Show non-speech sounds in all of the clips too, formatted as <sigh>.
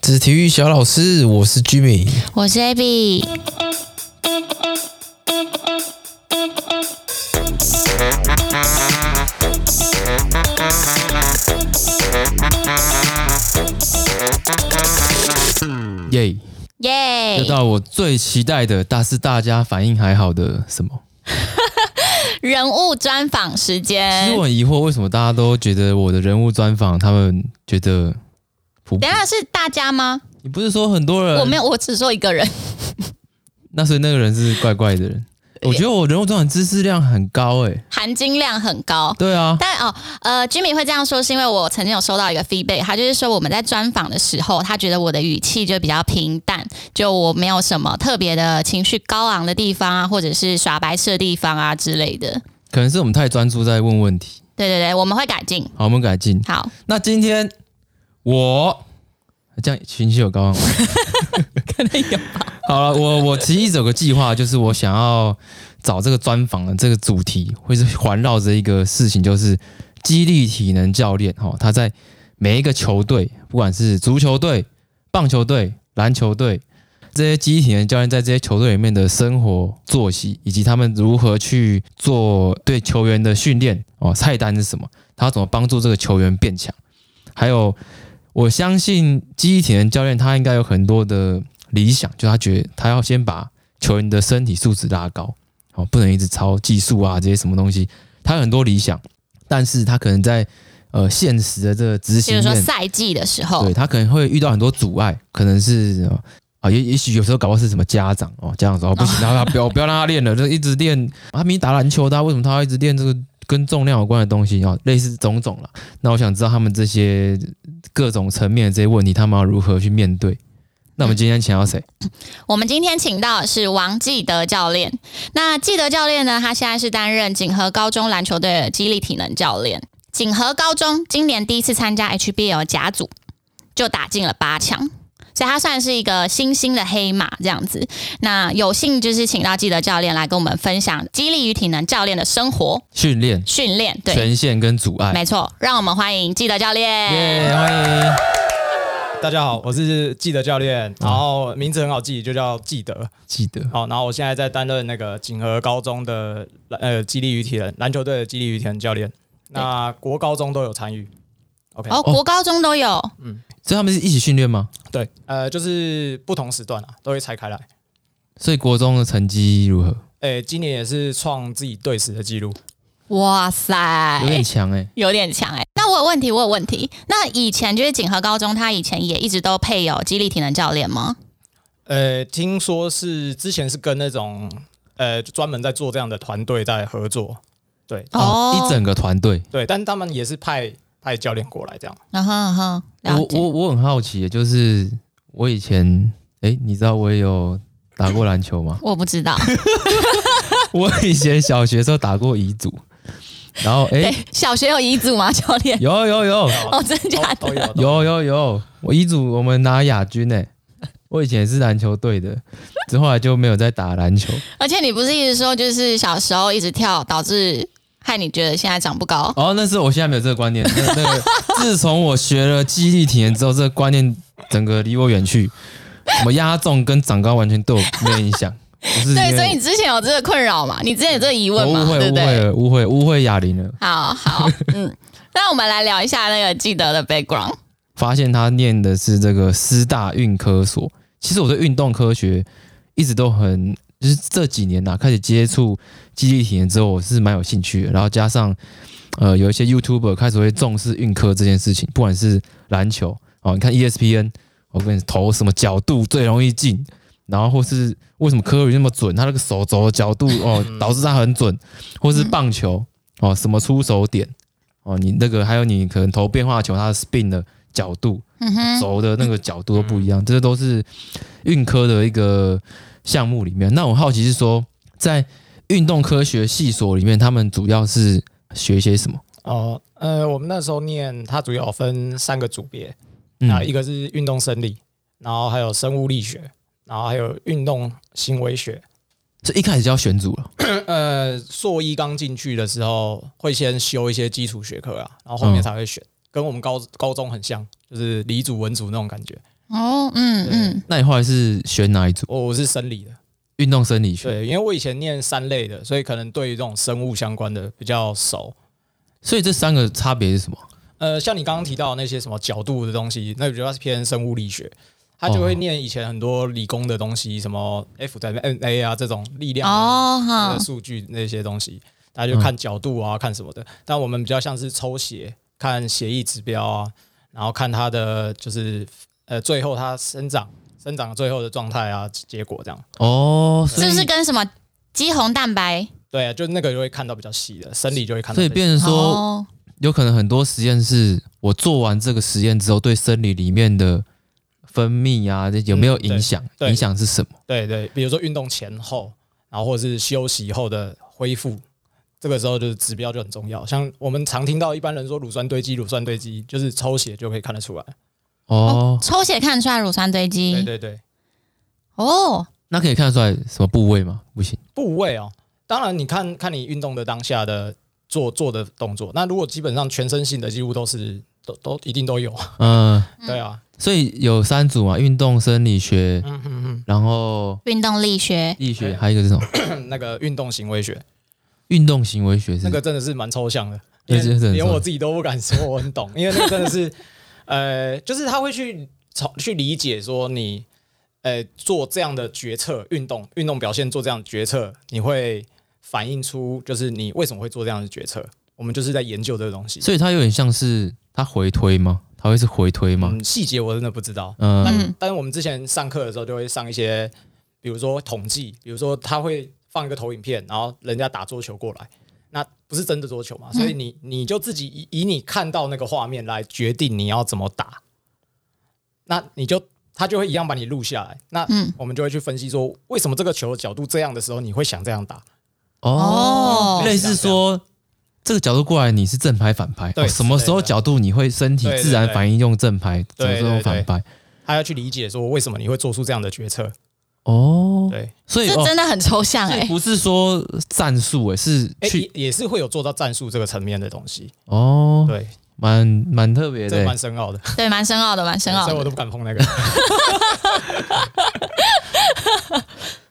这是体育小老师，我是 Jimmy。我是 AB，耶、耶又到我最期待的，但是大家反应还好的什么？人物专访其实时间我。很疑惑，为什么大家都觉得我的人物专访，他们觉得普普等一？下是大家吗？你不是说很多人？我没有，我只说一个人。那所以那个人是怪怪的人。呃我觉得我人物专访知识量很高诶、欸含金量很高。对啊，但哦，呃，Jimmy 会这样说，是因为我曾经有收到一个 feedback，他就是说我们在专访的时候，他觉得我的语气就比较平淡，就我没有什么特别的情绪高昂的地方啊，或者是耍白痴的地方啊之类的。可能是我们太专注在问问题。对对对，我们会改进。好，我们改进。 <laughs> 好，那今天我这样情绪有高昂吗？可能有好了，我我其实一直有个计划，就是我想要找这个专访的这个主题，会是环绕着一个事情，就是激励体能教练哦，他在每一个球队，不管是足球队、棒球队、篮球队，这些激励体能教练在这些球队里面的生活作息，以及他们如何去做对球员的训练哦，菜单是什么，他要怎么帮助这个球员变强，还有我相信记忆体能教练他应该有很多的理想，就他觉得他要先把球员的身体素质拉高，哦，不能一直抄技术啊这些什么东西，他有很多理想，但是他可能在呃现实的这个执比行如说面赛季的时候对，他可能会遇到很多阻碍，可能是呃啊，也也许有时候搞不好是什么家长哦，家长说、哦、不行，然后他不要 <laughs> 不要让他练了，就一直练。他明明打篮球的啊，为什么他要一直练这个跟重量有关的东西哦？类似种种啦。那我想知道他们这些各种层面的这些问题，他们要如何去面对？那我们今天请到谁？我们今天请到的是王继德教练。那继德教练呢，他现在是担任锦和高中篮球队的激励体能教练。锦和高中今年第一次参加 HBL 甲组，就打进了八强。所以他算是一个新兴的黑马这样子，那有幸就是请到继德教练来跟我们分享激励与体能教练的生活训练、训练。对，权限跟阻碍。没错，让我们欢迎继德教练。耶，欢迎！大家好，我是记德教练，然后名字很好记，就叫记德。记得好，然后我现在在担任那个锦和高中的呃激励与体能篮球队的激励与体能教练，那国高中都有参与。OK，、哦，国高中都有，所以他们是一起训练吗？对，呃，就是不同时段啊，都会拆开来。所以国中的成绩如何？诶，今年也是创自己队史的记录。哇塞，有点强哎、有点强哎、那我有问题，我有问题。那以前就是锦和高中，他以前也一直都配有激励体能教练吗？呃，听说是之前是跟那种呃专门在做这样的团队在合作，对哦一整个团队。对，但他们也是派派教练过来这样。然后然后嗯了我解？我我很好奇，就是我以前，哎、你知道我也有打过篮球吗 <laughs> 我不知道。我以前小学的时候打过乙组，然后哎、对，小学有乙组吗，教练？有有有哦，真假都的？有都有有有有，我乙组我们拿亚军哎、我以前也是篮球队的，之后来就没有再打篮球。而且你不是一直说，就是小时候一直跳，导致害你觉得现在长不高？哦，那是我现在没有这个观念。那那 <laughs> 个，自从我学了激励体验之后，这个观念整个离我远去。什么压重跟长高完全对我没有影响。不是因为对，所以你之前有这个困扰嘛？你之前有这个疑问我嘛哦误？会对不误会对？了，误会误会哑铃了。<laughs> 好好，嗯，那我们来聊一下那个记得的 background。发现他念的是这个师大运科所。其实我对运动科学一直都很，就是这几年呐、开始接触激励体能之后，我是蛮有兴趣的。然后加上呃，有一些 YouTuber 开始会重视运科这件事情，不管是篮球哦，你看 ESPN，我跟你投什么角度最容易进，然后或是为什么科比那么准，他那个手肘的角度哦，导致他很准，或是棒球哦，什么出手点哦，你那个还有你可能投变化球，它的 spin 的角度，嗯哼，轴的那个角度都不一样，这都是运科的一个项目里面。那我好奇是说，在运动科学系所里面，他们主要是学一些什么？哦，呃，我们那时候念，它主要分三个组别，那嗯，一个是运动生理，然后还有生物力学，然后还有运动行为学。这一开始就要选组了，呃，硕一刚进去的时候会先修一些基础学科啊，然后后面才会选，跟我们高高中很像，就是理组文组那种感觉。哦，嗯嗯，那你后来是选哪一组？我我是生理的，运动生理学。对，因为我以前念三类的，所以可能对于这种生物相关的比较熟。所以这三个差别是什么？呃，像你刚刚提到的那些什么角度的东西，那比较是偏生物力学，他就会念以前很多理工的东西，什么 F 等于 ma 啊这种力量啊哦那哈个，数据那些东西，大家就看角度啊，看什么的。但我们比较像是抽血，看血液指标啊，然后看它的就是呃最后它生长生长最后的状态啊，结果这样。哦，所是以不是跟什么肌红蛋白？对啊，就那个就会看到比较细的，生理就会看到所以比较细。变成说，哦有可能很多实验是我做完这个实验之后，对生理里面的分泌啊，这有没有影响？对对影响是什么？对对，比如说运动前后，然后或者是休息后的恢复，这个时候就是指标就很重要。像我们常听到一般人说乳酸堆积，乳酸堆积就是抽血就可以看得出来。哦，抽血看得出来乳酸堆对积对对，哦，那可以看得出来什么部位吗？不行，部位哦，当然你看看你运动的当下的做做的动作，那如果基本上全身性的几乎都是都都一定都有， <laughs> 嗯、对啊，所以有三组嘛，运动生理学，嗯嗯然后运动力学力学，哎还有一个是什 <coughs> 么？嗯，那个运动行为学运动行为学是那什么个真的是蛮抽象的，对连这是很连抽象我自己都不敢说我很懂，因为那个真的是呃，就是他会去从去理解说你呃做这样的决策，运动运动表现做这样的决策，你会反映出就是你为什么会做这样的决策，我们就是在研究这个东西。所以它有点像是它回推吗？它会是回推吗？嗯，细节我真的不知道，嗯、嗯但是我们之前上课的时候就会上一些，比如说统计，比如说他会放一个投影片，然后人家打桌球过来，那不是真的桌球嗯嘛？所以你你就自己以以你看到那个画面来决定你要怎么打，那你就他就会一样把你录下来，那嗯我们就会去分析说为什么这个球的角度这样的时候你会想这样打，哦类似说这个角度过来，你是正拍反拍，对哦什么时候角度你会身体对对自然反应用正拍，什对么对时候用反拍？他要去理解说为什么你会做出这样的决策，哦，对，所以这哦，真的很抽象所哎、 <laughs> 以不是说战术诶，是哎、去也也是会有做到战术这个层面的东西，哦，对，蛮蛮特别的这个欸蛮。深奥的，对，蛮深奥的，蛮深奥所以我的。都不敢碰那个。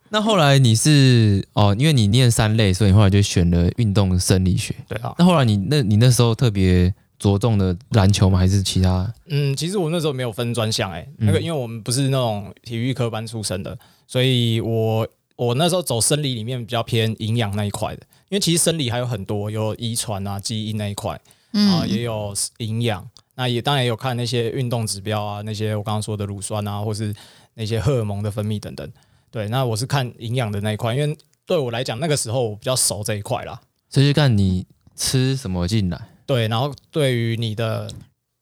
那后来你是哦，因为你念三类，所以你后来就选了运动生理学。对啊，那后来你那你那时候特别着重的篮球吗？还是其他？嗯，其实我那时候没有分专项，哎，那个因为我们不是那种体育科班出身的，所以我我那时候走生理里面比较偏营养那一块的，因为其实生理还有很多，有遗传啊、基因那一块，啊、嗯，也有营养，那也当然也有看那些运动指标啊，那些我刚刚说的乳酸啊，或是那些荷尔蒙的分泌等等。对，那我是看营养的那一块，因为对我来讲那个时候我比较熟这一块啦。所以就看你吃什么进来对，然后对于你的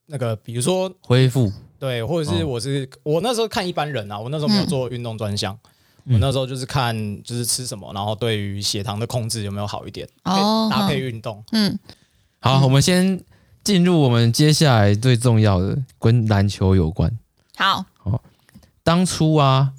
那个，比如说恢复。对，或者是哦我是、我那时候看一般人啊，我那时候没有做运动专项，我那时候就是看就是吃什么，然后对于血糖的控制有没有好一点，哦搭配运动。嗯，好，我们先进入我们接下来最重要的跟篮球有关。好，当初啊，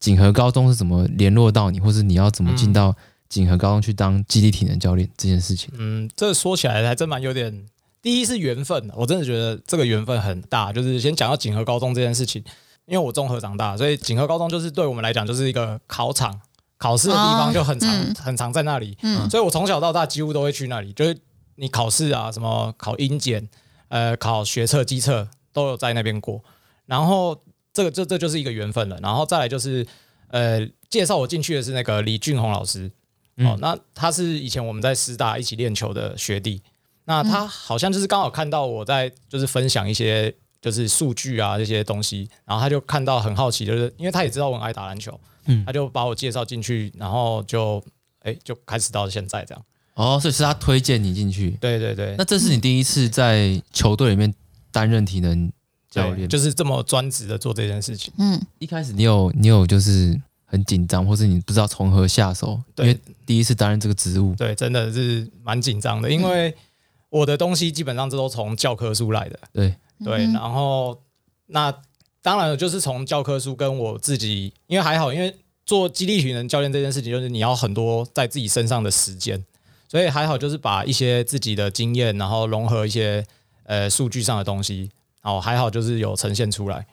锦和高中是怎么联络到你，或是你要怎么进到锦和高中去当基地体能教练这件事情？嗯，这说起来还真蛮有点。第一是缘分，啊我真的觉得这个缘分很大。就是先讲到锦和高中这件事情，因为我综合长大，所以锦和高中就是对我们来讲就是一个考场，考试的地哦方就很常、嗯很常在那里。嗯所以我从小到大几乎都会去那里，就是你考试啊，什么考英检，呃，考学测、机测都有在那边过。然后这个这这就是一个缘分了。然后再来就是，呃，介绍我进去的是那个李俊宏老师，哦嗯，那他是以前我们在师大一起练球的学弟。那嗯他好像就是刚好看到我在就是分享一些就是数据啊这些东西，然后他就看到很好奇，就是因为他也知道我很爱打篮球，嗯他就把我介绍进去，然后就哎、就开始到现在这样。哦，所以是他推荐你进去。对对对，那这是你第一次在球队里面担任体能教对练，就就是这么专职的做这件事情。嗯，一开始你有你有就是很紧张，或是你不知道从何下手，因对为第一次担任这个职务。对，真的是蛮紧张的，因为我的东西基本上这都从教科书来的。对，对，嗯然后那当然了就是从教科书跟我自己，因为还好，因为做激励体能教练这件事情，就是你要很多在自己身上的实践，所以还好，就是把一些自己的经验，然后融合一些呃数据上的东西，哦，还好就是有呈现出来。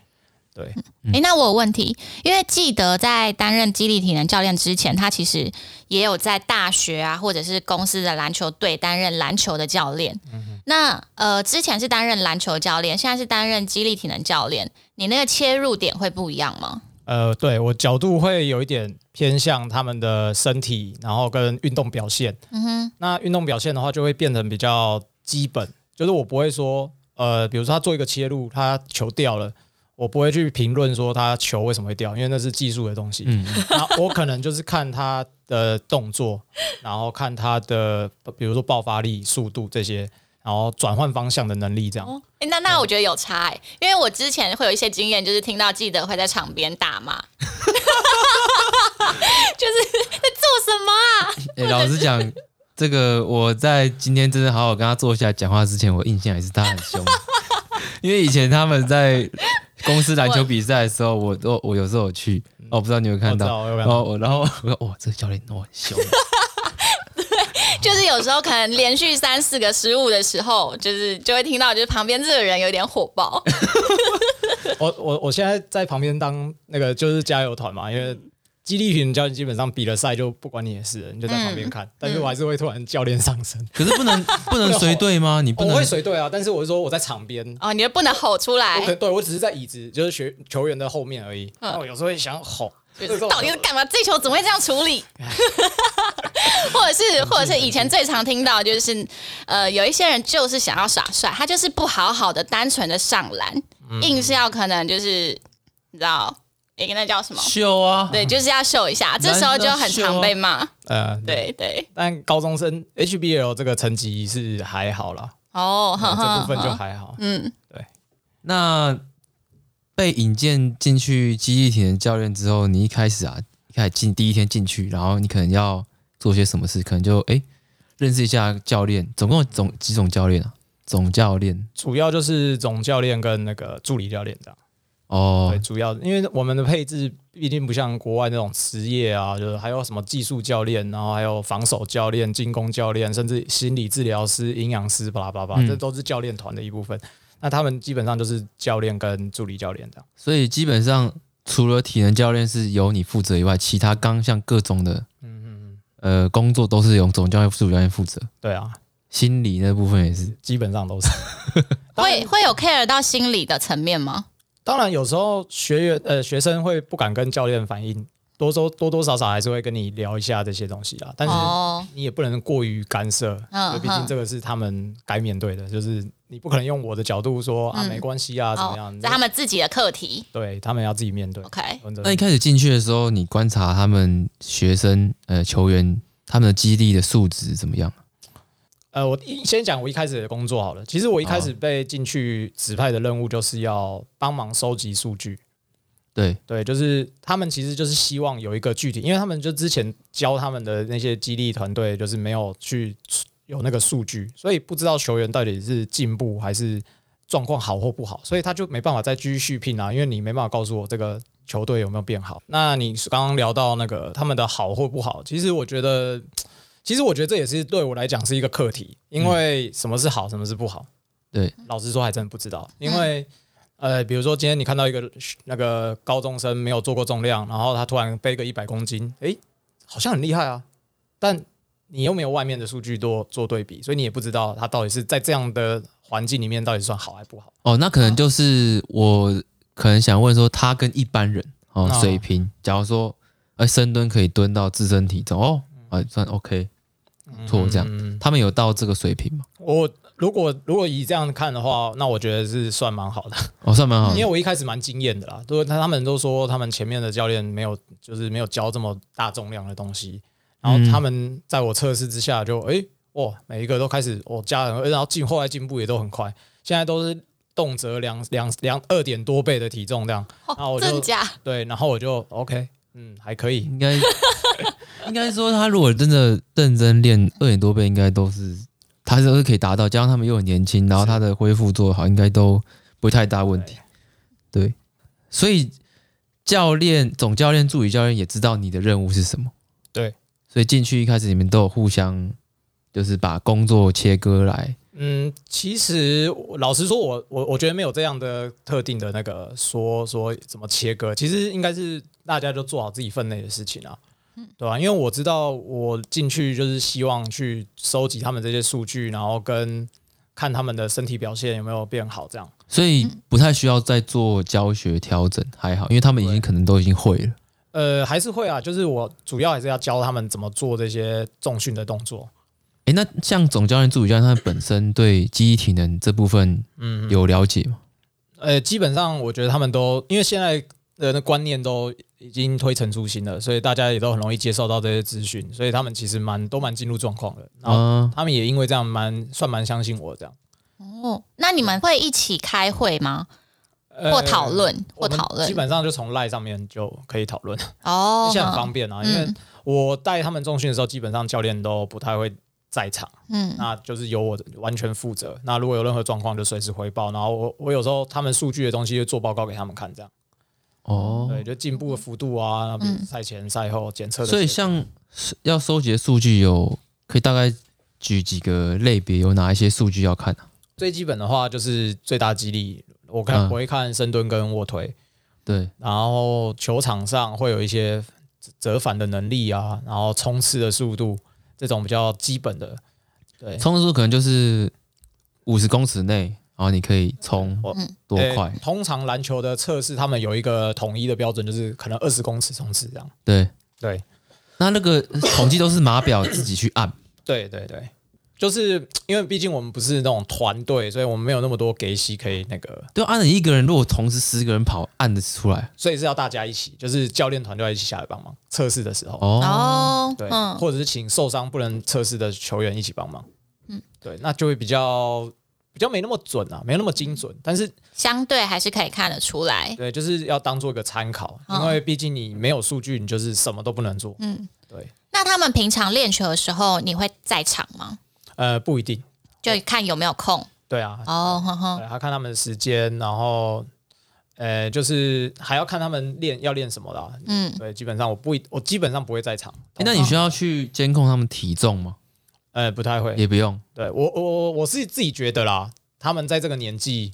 对，诶，那我有问题，因为记得在担任激励体能教练之前，他其实也有在大学啊，或者是公司的篮球队担任篮球的教练。那呃，之前是担任篮球教练，现在是担任激励体能教练，你那个切入点会不一样吗？呃，对我角度会有一点偏向他们的身体，然后跟运动表现。嗯哼，那运动表现的话，就会变成比较基本，就是我不会说，呃，比如说他做一个切入，他球掉了，我不会去评论说他球为什么会掉，因为那是技术的东西。嗯，那我可能就是看他的动作，然后看他的，比如说爆发力、速度这些，然后转换方向的能力这样。哦，诶那那我觉得有差、诶，因为我之前会有一些经验，就是听到记得会在场边打骂， <laughs> 就是在做什么啊？欸老实 <laughs> 讲，这个我在今天真的好好跟他坐下来讲话之前，我印象也是他很凶， <laughs> 因为以前他们在公司篮球比赛的时候，我我我有时候有去，哦，不知道你有没有看到，嗯我知道我有看然到后我然后我说哇，这个教练哦很 <laughs> 凶，就是有时候可能连续三四个失误的时候，就是就会听到，就是旁边这个人有点火爆。我我我现在在旁边当那个就是加油团嘛，因为激励群教练基本上比了赛就不管你的事了，你就在旁边看，但是我还是会突然教练上身。可是不能不能随队吗？你不我能会随队啊，但是我是说我在场边，哦，你就不能吼出来我可，对我只是在椅子，就是学球员的后面而已。嗯那我有时候会想吼，就是 <laughs> 到底是干嘛？这球怎么会这样处理？ <laughs> 或者是，或者是以前最常听到就是，呃，有一些人就是想要耍帅，他就是不好好的、单纯的上篮，嗯硬是要可能就是你知道，一个那叫什么？秀啊，对，就是要秀一下，这时候就很常被骂。呃，。对对，但高中生 HBL 这个成绩是还好啦，哦，哼哼嗯这部分就哼还好。嗯。那被引荐进去基地体能教练之后，你一开始啊，一开始进第一天进去，然后你可能要做些什么事，可能就哎、诶认识一下教练，总共有总几种教练啊？总教练主要就是总教练跟那个助理教练这样。哦对，，主要因为我们的配置毕竟不像国外那种职业啊，就是还有什么技术教练，然后还有防守教练、进攻教练，甚至心理治疗师、营养师，巴拉巴拉巴拉，嗯这都是教练团的一部分。那他们基本上就是教练跟助理教练这样。所以基本上除了体能教练是由你负责以外，其他刚像各种的嗯嗯嗯，呃工作都是由总教练、副教练负责，对啊，心理那部分也是。基本 <laughs> 上都是。当然会会有 care 到心理的层面吗？当然，有时候学员呃学生会不敢跟教练反映，多多多多少少还是会跟你聊一下这些东西啦。但是哦，你也不能过于干涉，嗯因为毕竟嗯这个是他们该面对的，就是你不可能用我的角度说啊嗯没关系啊怎么哦样，，在他们自己的课题。对他们要自己面对。 OK，嗯真的那一开始进去的时候，你观察他们学生呃球员他们的激励的素质怎么样？呃，我一先讲我一开始的工作好了。其实我一开哦始被进去指派的任务就是要帮忙收集数据，对，对，就是他们其实就是希望有一个具体，因为他们就之前教他们的那些激励团队，就是没有去有那个数据，所以不知道球员到底是进步还是状况好或不好，所以他就没办法再继续续聘啊，因为你没办法告诉我这个球队有没有变好。那你刚刚聊到那个他们的好或不好，其实我觉得，其实我觉得这也是对我来讲是一个课题，因为什么是好，什么是不好，对，老实说还真不知道，因为。呃，比如说今天你看到一个那个高中生没有做过重量，然后他突然背个一百公斤，诶，好像很厉害啊，但你又没有外面的数据多做对比，所以你也不知道他到底是在这样的环境里面到底算好还不好。哦，那可能就是我可能想问说，他跟一般人哦哦水平，假如说呃深蹲可以蹲到自身体重哦，啊算 OK，错这样，嗯，他们有到这个水平吗？我如果如果以这样看的话，那我觉得是算蛮好的，哦，算蛮好因为的，我一开始蛮惊艳的啦，就是他他们都说他们前面的教练没有就是没有教这么大重量的东西，然后他们在我测试之下就诶哇，每一个都开始哦加人，然后进后来进步也都很快，现在都是动辄两两两二点多倍的体重这样，然后我就哦真假？对，然后我就 OK，嗯，还可以，应该 <laughs> 应该说他如果真的认真练二点多倍，应该都是他都是可以达到，加上他们又很年轻，然后他的恢复做得好，应该都不会太大问题。对，所以教练、总教练、助理教练也知道你的任务是什么。对，所以进去一开始你们都有互相就是把工作切割来，嗯，其实我老实说我，我我觉得没有这样的特定的那个说说怎么切割，其实应该是大家就做好自己分内的事情啊，对吧、因为我知道我进去就是希望去收集他们这些数据，然后跟看他们的身体表现有没有变好，这样。所以不太需要再做教学调整，还好，因为他们已经可能都已经会了。呃，还是会啊，就是我主要还是要教他们怎么做这些重训的动作。诶，那像总教练、助理教练，他本身对记忆体能这部分嗯，有了解吗？呃，基本上我觉得他们都因为现在人的观念都已经推陈出新了，所以大家也都很容易接受到这些资讯，所以他们其实蛮都蛮进入状况的。然后啊，他们也因为这样蛮算蛮相信我这样。哦，那你们会一起开会吗？呃或讨论，我或们讨基论本上就从 Line 上面就可以讨论， <laughs> 哦，现在很方便啊。因为嗯我带他们重训的时候，基本上教练都不太会在场。嗯那就是由我完全负责。那如果有任何状况，就随时回报。然后我我有时候他们数据的东西就做报告给他们看，这样哦，对，就进步的幅度啊，比如赛前赛后检测的结果。所以像要收集的数据有，可以大概举几个类别，有哪一些数据要看啊？最基本的话就是最大肌力，我看、嗯我会看深蹲跟卧推，对，然后球场上会有一些折返的能力啊，然后冲刺的速度这种比较基本的。对，冲刺速度可能就是五十公尺内，然后你可以冲我多呃快？通常篮球的测试，他们有一个统一的标准，就是可能二十公尺冲刺这样。对，对，那那个统计都是码表自己去按。对对对，就是因为毕竟我们不是那种团队，所以我们没有那么多给息可以那个，对，啊按了一个人，如果同时十个人跑，按得出来所以是要大家一起，就是教练团队要一起下来帮忙测试的时候，哦。哦，对，嗯或者是请受伤不能测试的球员一起帮忙，嗯，对，那就会比较比较没那么准啊，没那么精准，但是相对还是可以看得出来。对，就是要当做一个参考，因哦为毕竟你没有数据，你就是什么都不能做，嗯，对，那他们平常练球的时候，你会在场吗？呃，不一定，就看有没有空对啊，哦，哼哼，对，还看他们的时间，然后。呃，就是还要看他们练要练什么啦，嗯，对，基本上我不一，我基本上不会在场。诶那你需要去监控他们体重吗？呃不太会，也不用。对我我我我是自己觉得啦，他们在这个年纪，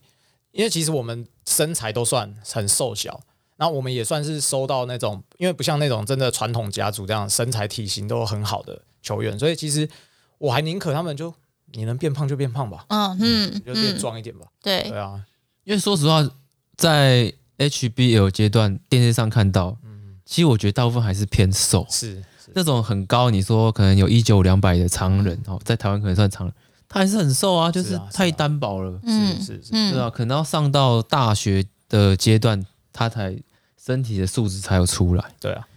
因为其实我们身材都算很瘦小，那我们也算是收到那种，因为不像那种真的传统家族这样身材体型都很好的球员，所以其实我还宁可他们就你能变胖就变胖吧，嗯嗯就变嗯，壮一点吧，对对，啊，因为说实话，在 HBL 阶段，电视上看到，其实我觉得大部分还是偏瘦，是是，那种很高，你说可能有一九两百的常人哦，在台湾可能算常人，他还是很瘦啊，就是是啊是太啊单薄了，嗯是是对嗯，啊，可能要上到大学的阶段，他才身体的素质才有出来。对啊，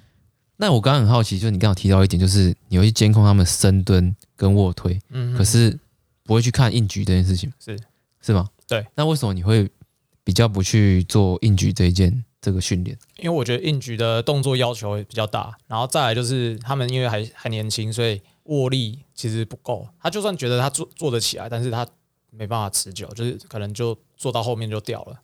那我刚刚很好奇，就是你刚好提到一点，就是你会去监控他们深蹲跟卧推，嗯，可是不会去看硬举这件事情，是是吗？对。那为什么你会比较不去做硬举这一件这个训练？因为我觉得硬举的动作要求比较大，然后再来就是他们因为还还年轻，所以握力其实不够。他就算觉得他做做得起来，但是他没办法持久，就是可能就做到后面就掉了。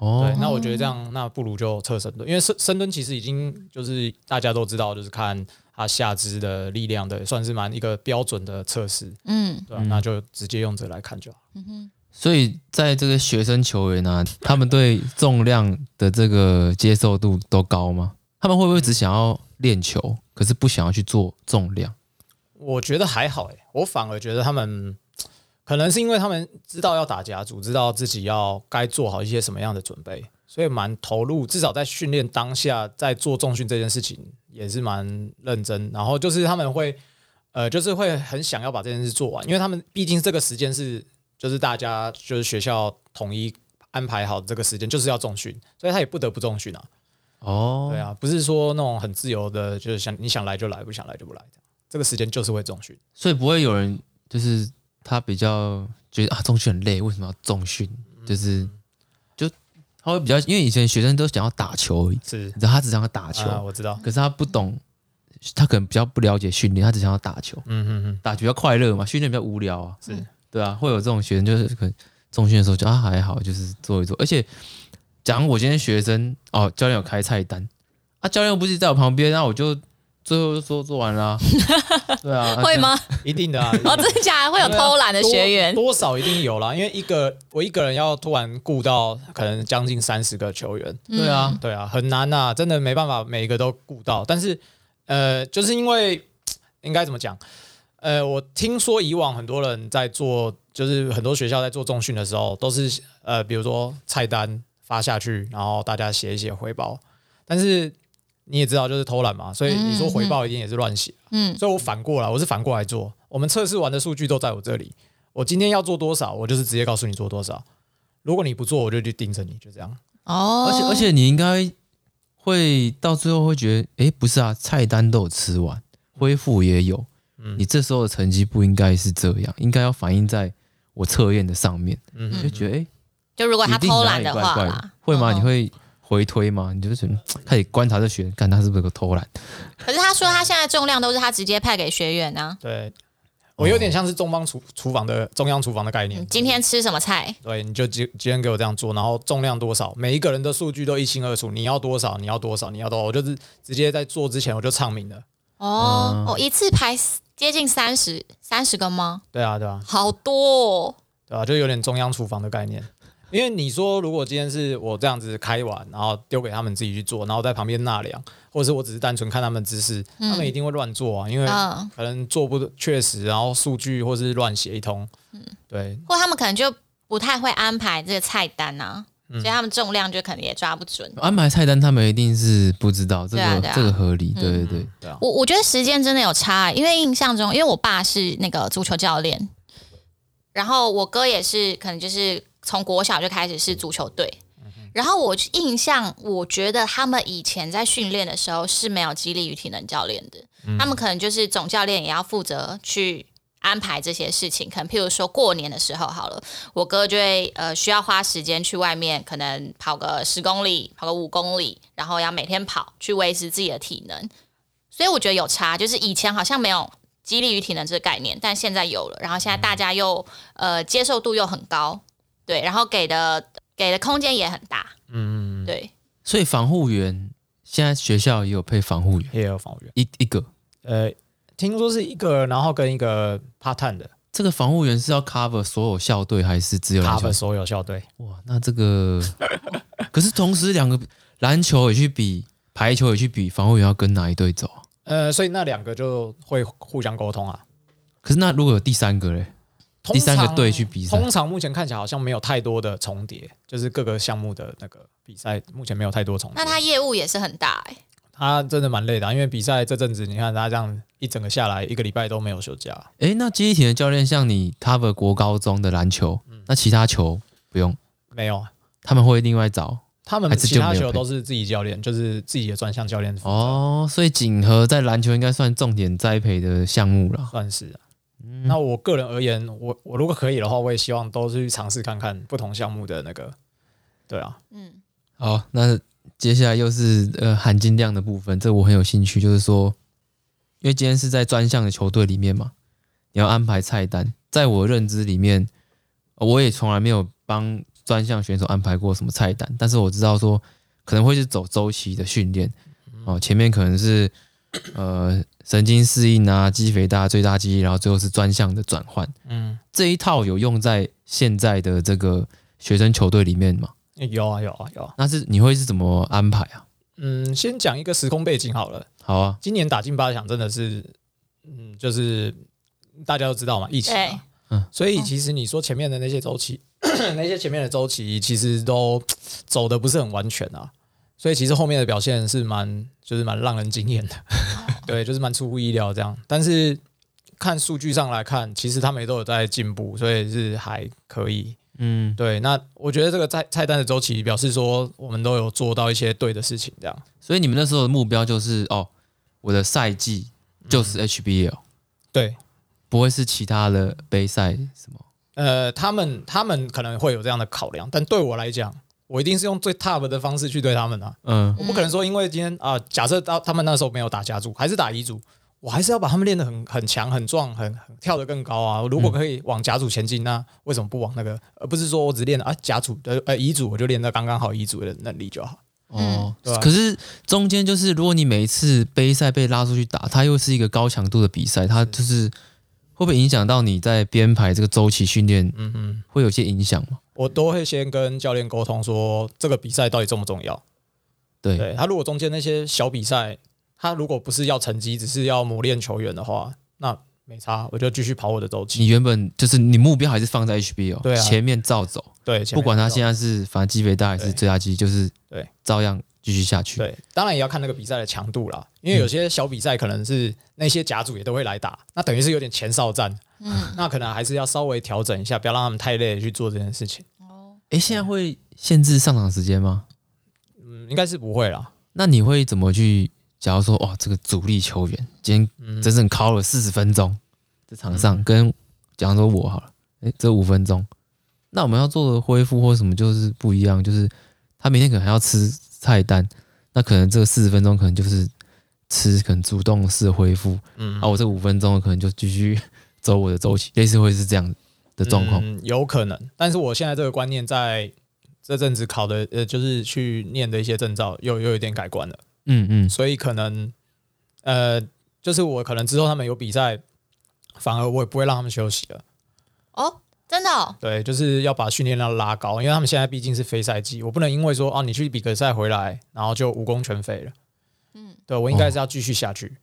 对，哦，那我觉得这样，那不如就测深蹲，因为深深蹲其实已经就是大家都知道，就是看他下肢的力量的，算是蛮一个标准的测试，嗯对、吧？啊那就直接用这来看就好。所以在这个学生球员啊，他们对重量的这个接受度都高吗？他们会不会只想要练球，可是不想要去做重量？我觉得还好诶、我反而觉得他们可能是因为他们知道要打家族，知道自己要该做好一些什么样的准备，所以蛮投入。至少在训练当下，在做重训这件事情也是蛮认真。然后就是他们会呃，就是会很想要把这件事做完，因为他们毕竟这个时间是就是大家就是学校统一安排好的这个时间，就是要重训，所以他也不得不重训啊。哦对，啊，不是说那种很自由的，就是想你想来就来，不想来就不来，这个时间就是会重训。所以不会有人就是他比较觉得啊重训很累，为什么要重训？嗯就是就他会比较，因为以前学生都想要打球而已，是你知道他只想要打球，啊，我知道。可是他不懂，他可能比较不了解训练，他只想要打球，嗯嗯 <laughs> 嗯，打球比较快乐嘛，训练比较无聊啊，是对啊，会有这种学生就是可能重训的时候就啊还好，就是做一做，而且讲我今天学生哦，教练有开菜单，啊教练又不是在我旁边，那我就最后就说做完了啊、对啊，啊 <laughs> 会？吗？一定的啊，哦，真的假的？会有偷懒的学员？啊多多少一定有啦，因为一个我一个人要突然顾到可能将近三十个球员，这样对啊，对啊，很难呐、真的没办法每一个都顾到。但是呃，就是因为应该怎么讲？呃，我听说以往很多人在做，就是很多学校在做重训的时候，都是呃，比如说菜单发下去，然后大家写一写回报。但是你也知道，就是偷懒嘛，所以你说回报一定也是乱写。嗯，所以我反过来，我是反过来做。我们测试完的数据都在我这里，我今天要做多少，我就是直接告诉你做多少。如果你不做，我就去盯着你，就这样。哦，而且而且你应该会到最后会觉得，诶，不是啊，菜单都有吃完，恢复也有，嗯你这时候的成绩不应该是这样，应该要反映在我测验的上面，嗯你就觉得诶，就如果他一定偷哪懒里的怪话怪啦的，会吗？嗯你会回推吗？你就觉得嗯开始观察这学员，看他是不是有偷懒，可是他说他现在重量都是他直接派给学员啊。对，我有点像是中央厨厨房的中央厨房的概念嗯。今天吃什么菜？对，你就今今天给我这样做，然后重量多少，每一个人的数据都一清二楚，你要多少，你要多少，你要多少，我就是直接在做之前我就唱名了。哦，哦，一次排接近三十三十个吗？对啊，对啊，好多、哦，对啊，就有点中央厨房的概念。因为你说，如果今天是我这样子开完，然后丢给他们自己去做，然后在旁边纳凉，或者是我只是单纯看他们姿势，他们一定会乱做啊，因为嗯可能做不确实，然后数据或是乱写一通。对，或他们可能就不太会安排这个菜单啊，所以他们重量就可能也抓不准。安排菜单他们一定是不知道，这对啊个对啊这个合理，对对对嗯，，对啊，我我觉得时间真的有差、欸因为印象中，因为我爸是那个足球教练，然后我哥也是，可能就是从国小就开始是足球队。然后我印象，我觉得他们以前在训练的时候是没有激励与体能教练的，他们可能就是总教练也要负责去安排这些事情。可能譬如说过年的时候好了，我哥就会呃需要花时间去外面，可能跑个十公里，跑个五公里，然后要每天跑去维持自己的体能。所以我觉得有差，就是以前好像没有激励与体能这个概念，但现在有了。然后现在大家又呃接受度又很高，对，然后给的给的空间也很大，嗯，对，所以防护员现在学校也有配防护员也有防务员，一一个，呃，听说是一个，然后跟一个 part time 的这个防护员是要 cover 所有校队还是只有篮球 cover 所有校队，哇，那这个可是同时两个篮球也去比，排球也去比，防护员要跟哪一队走啊？呃，所以那两个就会互相沟通啊。可是那如果有第三个嘞？通第三个常队去比赛通常目前看起来好像没有太多的重叠，就是各个项目的那个比赛目前没有太多重叠。那他业务也是很大哎、他真的蛮累的啊、因为比赛这阵子，你看他这样一整个下来，一个礼拜都没有休假。诶，那基体的教练像你 cover 国高中的篮球，那其他球不用，没有，啊，他们会另外找他们还是其他就没有球配都是自己教练，就是自己的专项教练。哦，哦。所以锦和在篮球应该算重点栽培的项目啦。算是、啊。那我个人而言，我我如果可以的话，我也希望都去尝试看看不同项目的那个。对啊，嗯，好，那接下来又是呃含金量的部分，这我很有兴趣，就是说，因为今天是在专项的球队里面嘛，你要安排菜单，在我认知里面，呃我也从来没有帮专项选手安排过什么菜单，但是我知道说可能会是走周期的训练，哦，前面可能是呃神经适应啊、肌肥大、最大肌力，然后最后是专项的转换，嗯，这一套有用在现在的这个学生球队里面吗？有啊，有啊，有啊。那是你会是怎么安排啊？嗯，先讲一个时空背景好了。好啊，今年打进八强真的是，嗯，就是大家都知道嘛，疫情对啊，嗯所以其实你说前面的那些周期， <clears throat> 那些前面的周期其实都走的不是很完全啊，所以其实后面的表现是蛮就是蛮让人惊艳的， <laughs> 对，就是蛮出乎意料这样。但是看数据上来看，其实他们也都有在进步，所以是还可以。嗯，对，那我觉得这个菜菜单的周期表示说，我们都有做到一些对的事情，这样。所以你们那时候的目标就是哦，我的赛季就是嗯 HBL，、对，不会是其他的杯赛什么？呃，他们他们可能会有这样的考量，但对我来讲，我一定是用最 top 的方式去对他们啊，嗯，我不可能说因为今天啊、假设到他们那时候没有打甲组，还是打乙组，我还是要把他们练得很很强、很壮、很很跳得更高啊。如果可以往甲组前进，那为呃什么不往那个？而不是说我只练啊甲组的呃乙组，我就练到刚刚好乙组的能力就好。哦，对啊可是中间就是，如果你每一次杯赛被拉出去打，它又是一个高强度的比赛，它就是会不会影响到你在编排这个周期训练？嗯嗯，会有些影响嘛？我都会先跟教练沟通说这个比赛到底重不重要。对，对他如果中间那些小比赛，他如果不是要成绩，只是要磨练球员的话，那没差，我就继续跑我的周期。你原本就是你目标还是放在 HBO，对啊前面照走，对，不管他现在在是反正基肥大还是对最佳基，就是对照样继续下去。对，当然也要看那个比赛的强度啦，因为有些小比赛可能是那些甲组也都会来打，那等于是有点前哨战，嗯， <laughs> 那可能还是要稍微调整一下，不要让他们太累地去做这件事情。哦，哎，现在会限制上场时间吗？嗯，应该是不会啦。那你会怎么去？假如说，哇，这个主力球员今嗯天整整敲了四十分钟，在场上跟，假如说我好了，哎，这五分钟，那我们要做的恢复或什么就是不一样，就是他明天可能还要吃菜单，那可能这个四十分钟可能就是吃可能主动式恢复，嗯啊，，我这五分钟可能就继续 <laughs> 走我的周期，类似会是这样的状况。嗯有可能，但是我现在这个观念在这阵子考的，呃，就是去念的一些证照，又又有点改观了。嗯嗯，所以可能呃，就是我可能之后他们有比赛，反而我也不会让他们休息了。哦，真的哦，对，就是要把训练量拉高，因为他们现在毕竟是非赛季，我不能因为说啊你去比个赛回来，然后就武功全废了。嗯，对我应该是要继续下去。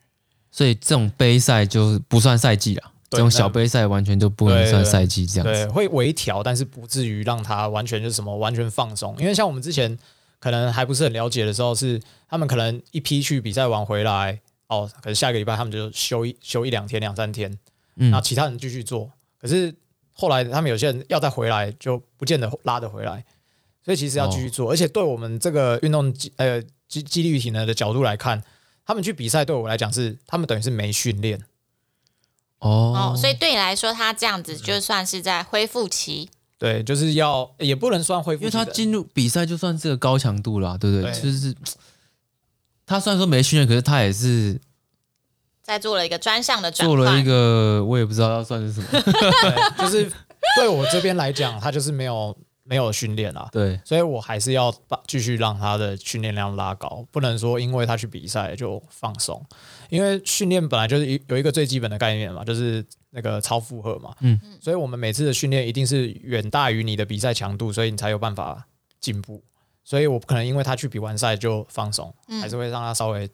所以这种杯赛就不算赛季了，这对种小那杯赛完全就不能对算对赛季这样子。对，会微调，但是不至于让他完全就是什么完全放松。因为像我们之前可能还不是很了解的时候是，他们可能一批去比赛完回来，哦，可能下个礼拜他们就休一休一两天、两三天，嗯那其他人继续做。可是后来他们有些人要再回来，就不见得拉得回来，所以其实要继续做。而且对我们这个运动肌呃肌肌力体能的角度来看，他们去比赛对我来讲是他们等于是没训练。哦哦，所以对你来说，他这样子就算是在恢复期，对，就是要也不能算恢复因为期的，他进入比赛就算是个高强度啦，对不对？对就是他虽然说没训练，可是他也是在做了一个专项的转做了一换。个我也不知道要算是什 <laughs> 么。对，就是对我这边来讲，他就是没有没有训练啊，对，所以我还是要把继续让他的训练量拉高，不能说因为他去比赛就放松，因为训练本来就是一有一个最基本的概念嘛，就是那个超负荷嘛，嗯嗯，所以我们每次的训练一定是远大于你的比赛强度，所以你才有办法进步。所以我不可能因为他去比完赛就放松，嗯还是会让他稍微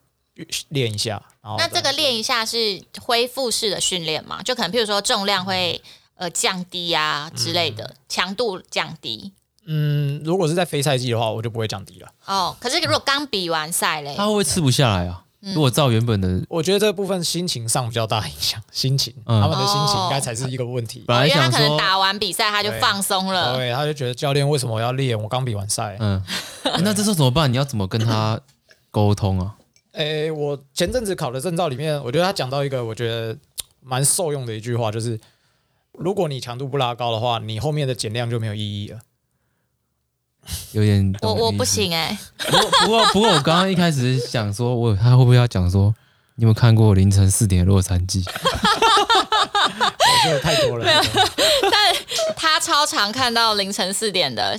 练一下。然后那这再个练一下是恢复式的训练嘛？就可能譬如说重量会呃降低啊之类的，强度降低。嗯，如果是在非赛季的话，我就不会降低了。哦，可是如果刚比完赛嘞，他会不会吃不下来啊？嗯如果照原本的，我觉得这部分心情上比较大影响，心情，嗯他们的心情哦应该才是一个问题。本来因为他想可能说，哎打完比赛他就放松了，对，他就觉得教练为什么要练？我刚比完赛。嗯， <laughs> 诶那这时候怎么办？你要怎么跟他沟通啊？诶，我前阵子考的证照里面，我觉得他讲到一个我觉得嘖蛮受用的一句话，就是如果你强度不拉高的话，你后面的减量就没有意义了。有点懂我我你不意思行 <laughs> 哎、不过不过不过，我刚刚一开始想说，我他会不会要讲说，你有没有看过凌晨四点的洛杉矶？我觉得太多了。他超常看到凌晨四点的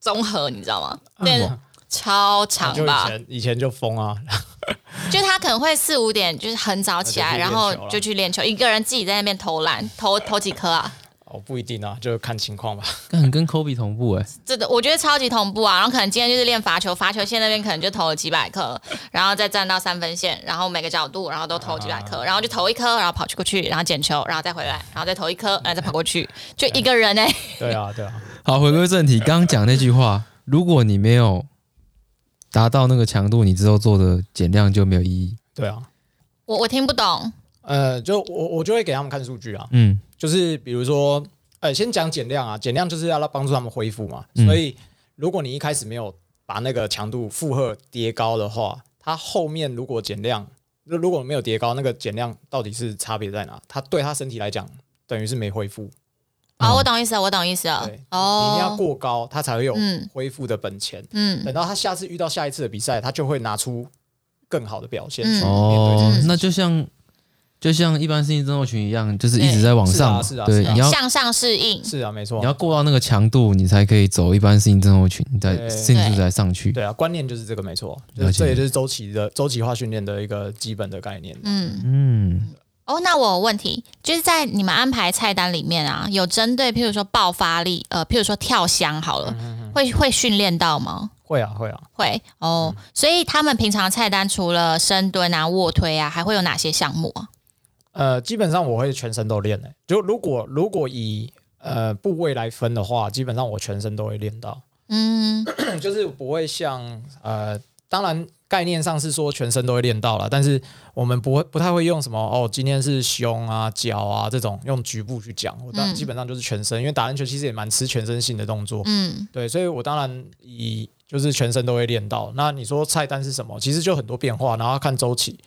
综合，你知道吗？啊嗯那超他长就以吧，前以前就疯啊，就他可能会四五点就是很早起来，那就去练然球后就去练球，了一个人自己在那边投篮，投投几颗啊？哦不一定啊，就看情况吧。但很跟 Kobe 同步哎、这个我觉得超级同步啊。然后可能今天就是练罚球，罚球线那边可能就投了几百颗，然后再站到三分线，然后每个角度，然后都投几百啊颗，然后就投一颗，然后跑去过去，然后捡球，然后再回来，然后再投一颗，然后再跑过去，就一个人哎、对啊，对啊，好，回归正题，刚刚讲那句话，如果你没有达到那个强度，你之后做的减量就没有意义。对啊。我我听不懂，呃，就我我就会给他们看数据啊，嗯，就是比如说，呃，先讲减量啊，减量就是要让帮助他们恢复嘛。嗯所以，如果你一开始没有把那个强度负荷叠高的话，它后面如果减量，如如果没有叠高，那个减量到底是差别在哪？它对他身体来讲，等于是没恢复。哦，我懂意思了，我懂意思了嗯对，你一定要哦，过高，它才会有嗯恢复的本钱。嗯，等到他下次遇到下一次的比赛，他就会拿出更好的表现嗯去面对这哦件事。，那就像就像一般适应症候群一样，就是一对直在往上嘛，是啊是啊对是啊，你要向上适应，是啊，没你错要，过到那个强度，你才可以走一般适应症候群，你再对适应症才上去。对啊，观念就是这个，没错，就了是解这也就是周期的周期化训练的一个基本的概念。嗯。嗯，哦，那我有问题，就是在你们安排菜单里面啊，有针对譬如说爆发力，呃，譬如说跳箱好嗯了，会会训练到吗？会啊，会啊，会哦，所以他们平常菜单除了深蹲啊、卧推啊，还会有哪些项目啊？呃，基本上我会全身都练的、欸就如果如果以呃部位来分的话，基本上我全身都会练到， <clears throat> 嗯，哦就是不会像呃，当然概念上是说全身都会练到了，但是我们不会不太会用什么哦，今天是胸啊、脚啊这种用局部去讲，我嗯当基本上就是全身，因为打篮球其实也蛮吃全身性的动作，嗯对，所以我当然以就是全身都会练到。那你说菜单是什么？其实就很多变化，然后要看周期。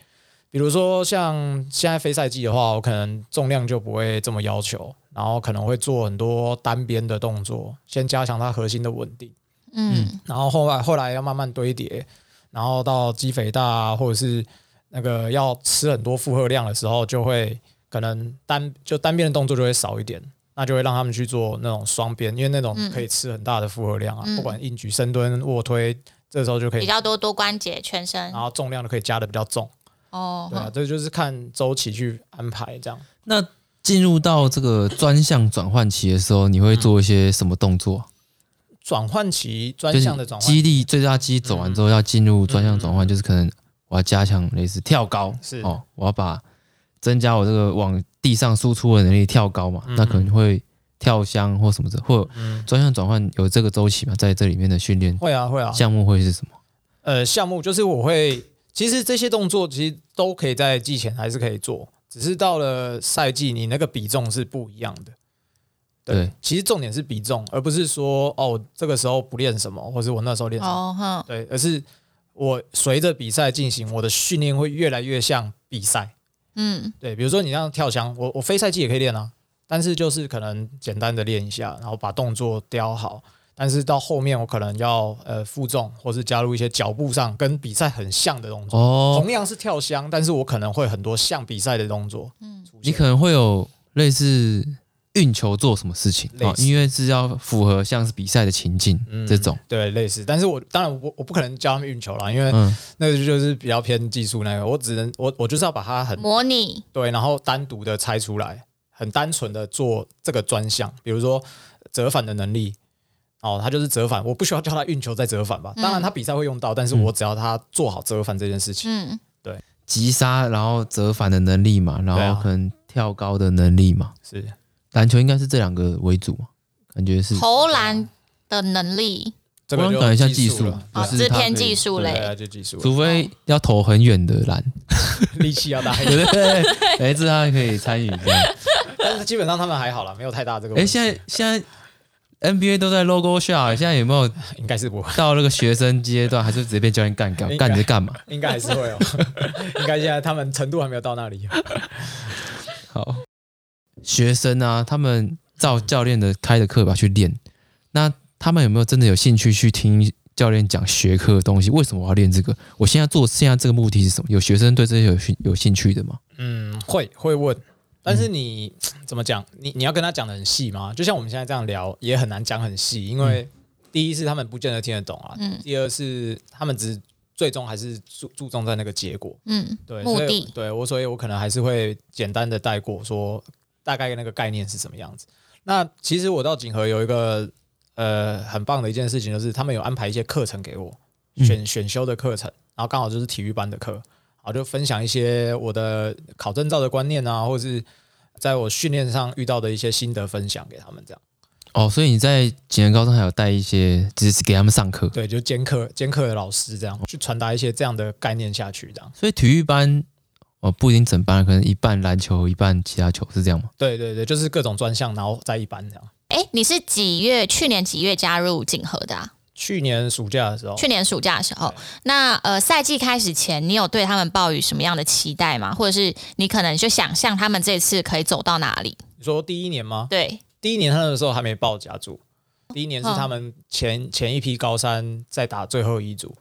比如说像现在非赛季的话，我可能重量就不会这么要求，然后可能会做很多单边的动作，先加强它核心的稳定，嗯然后后来后来要慢慢堆叠，然后到肌肥大啊或者是那个要吃很多负荷量的时候，就会可能单就单边的动作就会少一点，那就会让他们去做那种双边，因为那种嗯可以吃很大的负荷量啊，嗯不管硬举、深蹲、卧推，这时候就可比以，较多多关节、全身然后重量都可以加的比较重，哦，对啊，这就是看周期去安排这样。那进入到这个专项转换期的时候，你会做一些什么动作？转换期就专项的是转换嗯激励最大肌走完之后，要进入专项转换，就是可能我要加强类似跳高，是哦，我要把增加我这个往地上输出的能力跳高嘛，嗯那可能会跳箱或什么的，或嗯专项转换有这个周期嘛，在这里面的训练会啊会啊，项目会是什么？呃项目，就是我会，其实这些动作其实都可以在季前还是可以做，只是到了赛季你那个比重是不一样的。对，其实重点是比重，而不是说哦我这个时候不练什么，或是我那时候练什么，哦哼，对，啊而是我随着比赛进行，我的训练会越来越像比赛。嗯对，比如说你像跳箱，我我非赛季也可以练啊，但是就是可能简单的练一下，然后把动作雕好。但是到后面我可能要呃负重，或是加入一些脚步上跟比赛很像的动作。哦，同样是跳箱，但是我可能会很多像比赛的动作嗯出你现。可能会有类似运球做什么事情类啊、似哦，因为是要符合像是比赛的情境、嗯这种，对类似，但是我当然我我不可能教他们运球啦，因为嗯，那个就是比较偏技术那个，我只能我我就是要把它很模拟对，然后单独的拆出来，很单纯的做这个专项，比如说折返的能力。哦，他就是折返，我不需要教他运球再折返吧。当然，他比赛会用到，但是嗯我只要他做好折返这件事情。嗯急刹然后折返的能力嘛，然对啊后可能跳高的能力嘛，是，篮球应该是这两个为主嘛，感觉嗯是。投篮的能力啊这个我就感觉像技技术了，啊，就是这它偏可以技术对类啊，就技术了，除非要投很远的 <laughs> 篮，力气要大一对点。不对？哎，这他可以参与这样。 <laughs> 但是基本上他们还好啦，没有太大这个问题。哎，现在现在 NBA 都在 logo shot，现在有没有应该是不会，到那个学生阶段，还是直接被教练干掉？应该干你在干嘛？应该还是会 <laughs> 哦。应该现在他们程度还没有到那里。好，学生啊，他们照教练的开的课表去练，那他们有没有真的有兴趣去听教练讲学科的东西？为什么我要练这个？我现在做现在这个目的是什么？有学生对这些有兴有兴趣的吗？嗯，会会问，但是你、怎么讲？你你要跟他讲的很细吗？就像我们现在这样聊，也很难讲很细，因为第一是他们不见得听得懂啊，嗯第二是他们只最终还是注注重在那个结果。嗯，对，目所以的对我，所以我可能还是会简单的带过，说大概那个概念是什么样子。那其实我到锦和有一个呃很棒的一件事情，就是他们有安排一些课程给我，选、选修的课程，然后刚好就是体育班的课，我就分享一些我的考证照的观念啊，或是在我训练上遇到的一些心得分享给他们，这样哦，所以你在几年高中还有带一些，只是给他们上课。对，就兼课兼课的老师这样去传达一些这样的概念下去，这样所以体育班哦，不一定整班，可能一半篮球，一半其他球，是这样吗？对对对，就是各种专项，然后在一班这样。哎，你是几月？去年几月加入锦和的啊？去年暑假的时候，去年暑假的时候，那呃，赛季开始前，你有对他们抱有什么样的期待吗？或者是你可能就想象他们这次可以走到哪里？你说第一年吗？对，第一年他们的时候还没报甲组，第一年是他们前、前一批高三在打最后一组。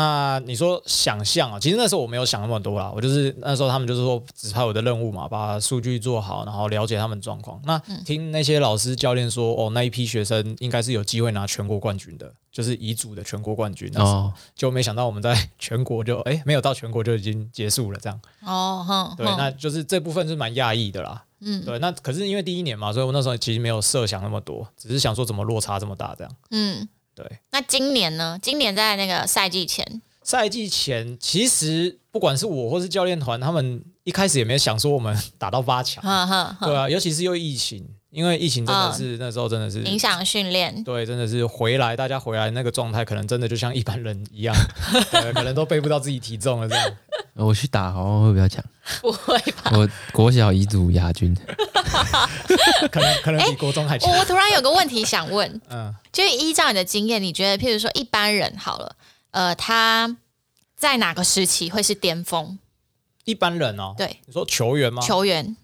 那你说想象啊，其实那时候我没有想那么多啦，我就是那时候他们就是说指派我的任务嘛，把数据做好，然后了解他们状况。那听那些老师教练说，哦，那一批学生应该是有机会拿全国冠军的，就是乙组的全国冠军。那时候哦，就没想到我们在 <laughs> 全国就哎没有到全国就已经结束了这样。哦， <laughs> 哼，对，哼那就是这部分是蛮讶异的啦。嗯对，那可是因为第一年嘛，所以我那时候其实没有设想那么多，只是想说怎么落差这么大这样。嗯，对，那今年呢？今年在那个赛季前，赛季前，其实不管是我或是教练团，他们一开始也没想说我们 <laughs> 打到八强，哼哼哼，对啊，尤其是又疫情，因为疫情真的是、那时候真的是嗯影响训练，对，真的是回来大家回来那个状态，可能真的就像一般人一样， <laughs> 对，可能都背不到自己体重了这样。我去打好像会比较强。 <laughs> 不会吧？我国小乙组亚军，可能可能比国中还强。哎我我突然有个问题想问， <laughs> 嗯，就是依照你的经验，你觉得譬如说一般人好了，呃，他在哪个时期会是巅峰？一般人哦，对，你说球员吗？球员，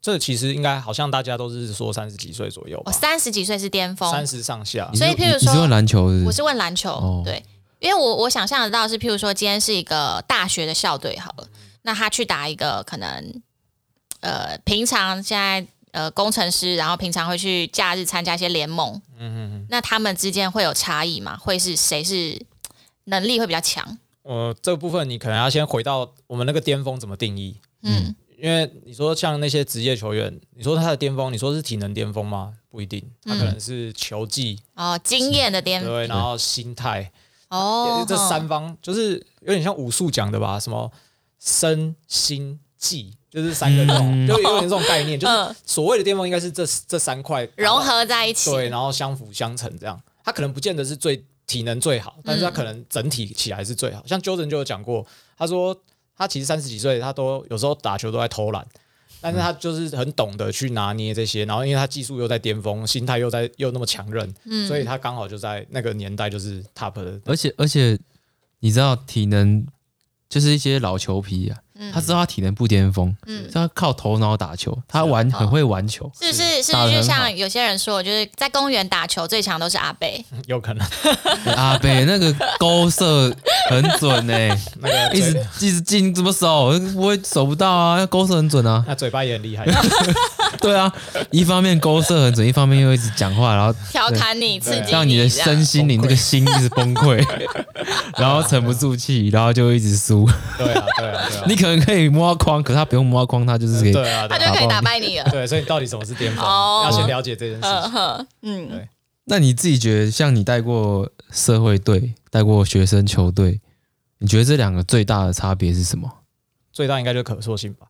这其实应该好像大家都是说三十几岁左右吧我，哦三哦十几岁是巅峰，三十上下你。所以是譬如你说你是问篮球是不我是是问篮球，哦对，因为我我想象得到是，譬如说今天是一个大学的校队好了，那他去打一个可能呃平常现在呃工程师，然后平常会去假日参加一些联盟，嗯嗯那他们之间会有差异吗？会是谁是能力会比较强？嗯，呃，这部分你可能要先回到我们那个巅峰怎么定义。嗯因为你说像那些职业球员，你说他的巅峰，你说是体能巅峰吗？不一定，他嗯可能是球技，哦，经验的巅对，然后心态，嗯哦，这三方就是有点像武术讲的吧，什么身心技，就是三个这种，嗯就有点这种概念，就是嗯所谓的巅峰应该是这这三块融，合在一起，对，然后相辅相成这样。他可能不见得是最体能最好，但是嗯他可能整体起来是最好。像 Jordan 就有讲过，他说他其实三十几岁，他都有时候打球都在偷懒。但是他就是很懂得去拿捏这些，然后因为他技术又在巅峰，心态又在又那么强韧，嗯所以他刚好就在那个年代就是 top 的。而且而且你知道体能就是一些老球皮啊，嗯他知道他体能不巅峰，嗯啊所以他靠头脑打球，他玩好很会玩球，是不是是打不得是就很好像有些人说，就是在公园打球最强都是阿 <laughs> 贝，有 <laughs> 可能哦阿北那个勾射很准哎、 <laughs> 那个一直嘴一直进怎么守，我也守不到啊，勾射很准啊，那嘴巴也 <laughs> 很厉害，对啊，一方面勾射很准，一方面又一直讲话，然后调侃你刺激让你的这样身心灵这个心一直崩溃， <laughs> 然后沉不住气，然后就一直输。对啊，对啊，对啊，你可能可以摸到框，可是他不用摸到框，他就是可以。对啊，他对就啊，可以打败你了。对，所以到底什么是巅峰，哦要先了解这件事情。嗯，那你自己觉得，像你带过社会队，带过学生球队，你觉得这两个最大的差别是什么？最大应该就是可塑性吧。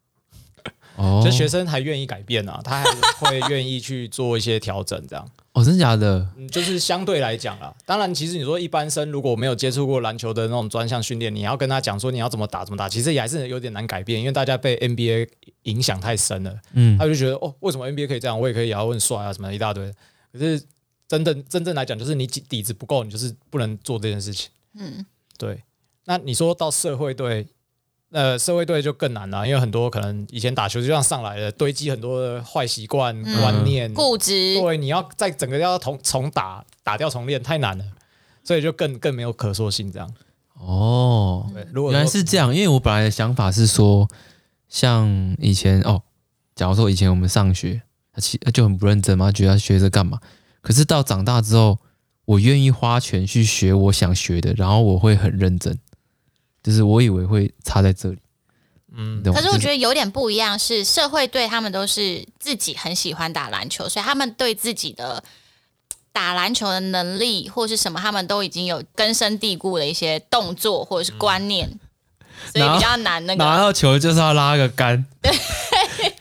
哦，就学生还愿意改变啊，他还会愿意去做一些调整，这样，哦，真的假的？嗯，就是相对来讲啦。当然，其实你说一般生如果没有接触过篮球的那种专项训练，你要跟他讲说你要怎么打怎么打，其实也还是有点难改变，因为大家被 NBA 影响太深了，嗯他，就觉得哦，为什么 NBA 可以这样，我也可以也要问帅啊什么一大堆。可是真的真正来讲，就是你底底子不够，你就是不能做这件事情。嗯，对，那你说到社会队，呃，社会队就更难了，因为很多可能以前打球就这样上来了，堆积很多的坏习惯、嗯观念，啊固执，对，你要再整个要重重打打掉重练太难了，所以就更更没有可塑性这样。哦，对，如果原来是这样。因为我本来的想法是说，像以前哦，假如说以前我们上学，其就很不认真嘛，觉得学着干嘛？可是到长大之后，我愿意花钱去学我想学的，然后我会很认真。就是我以为会差在这里，嗯你，懂吗？可是我就觉得有点不一样，是社会队他们都是自己很喜欢打篮球，所以他们对自己的打篮球的能力或是什么，他们都已经有根深蒂固的一些动作或者是观念，嗯所以比较难那拿个。到球就是要拉个 <laughs> 杆，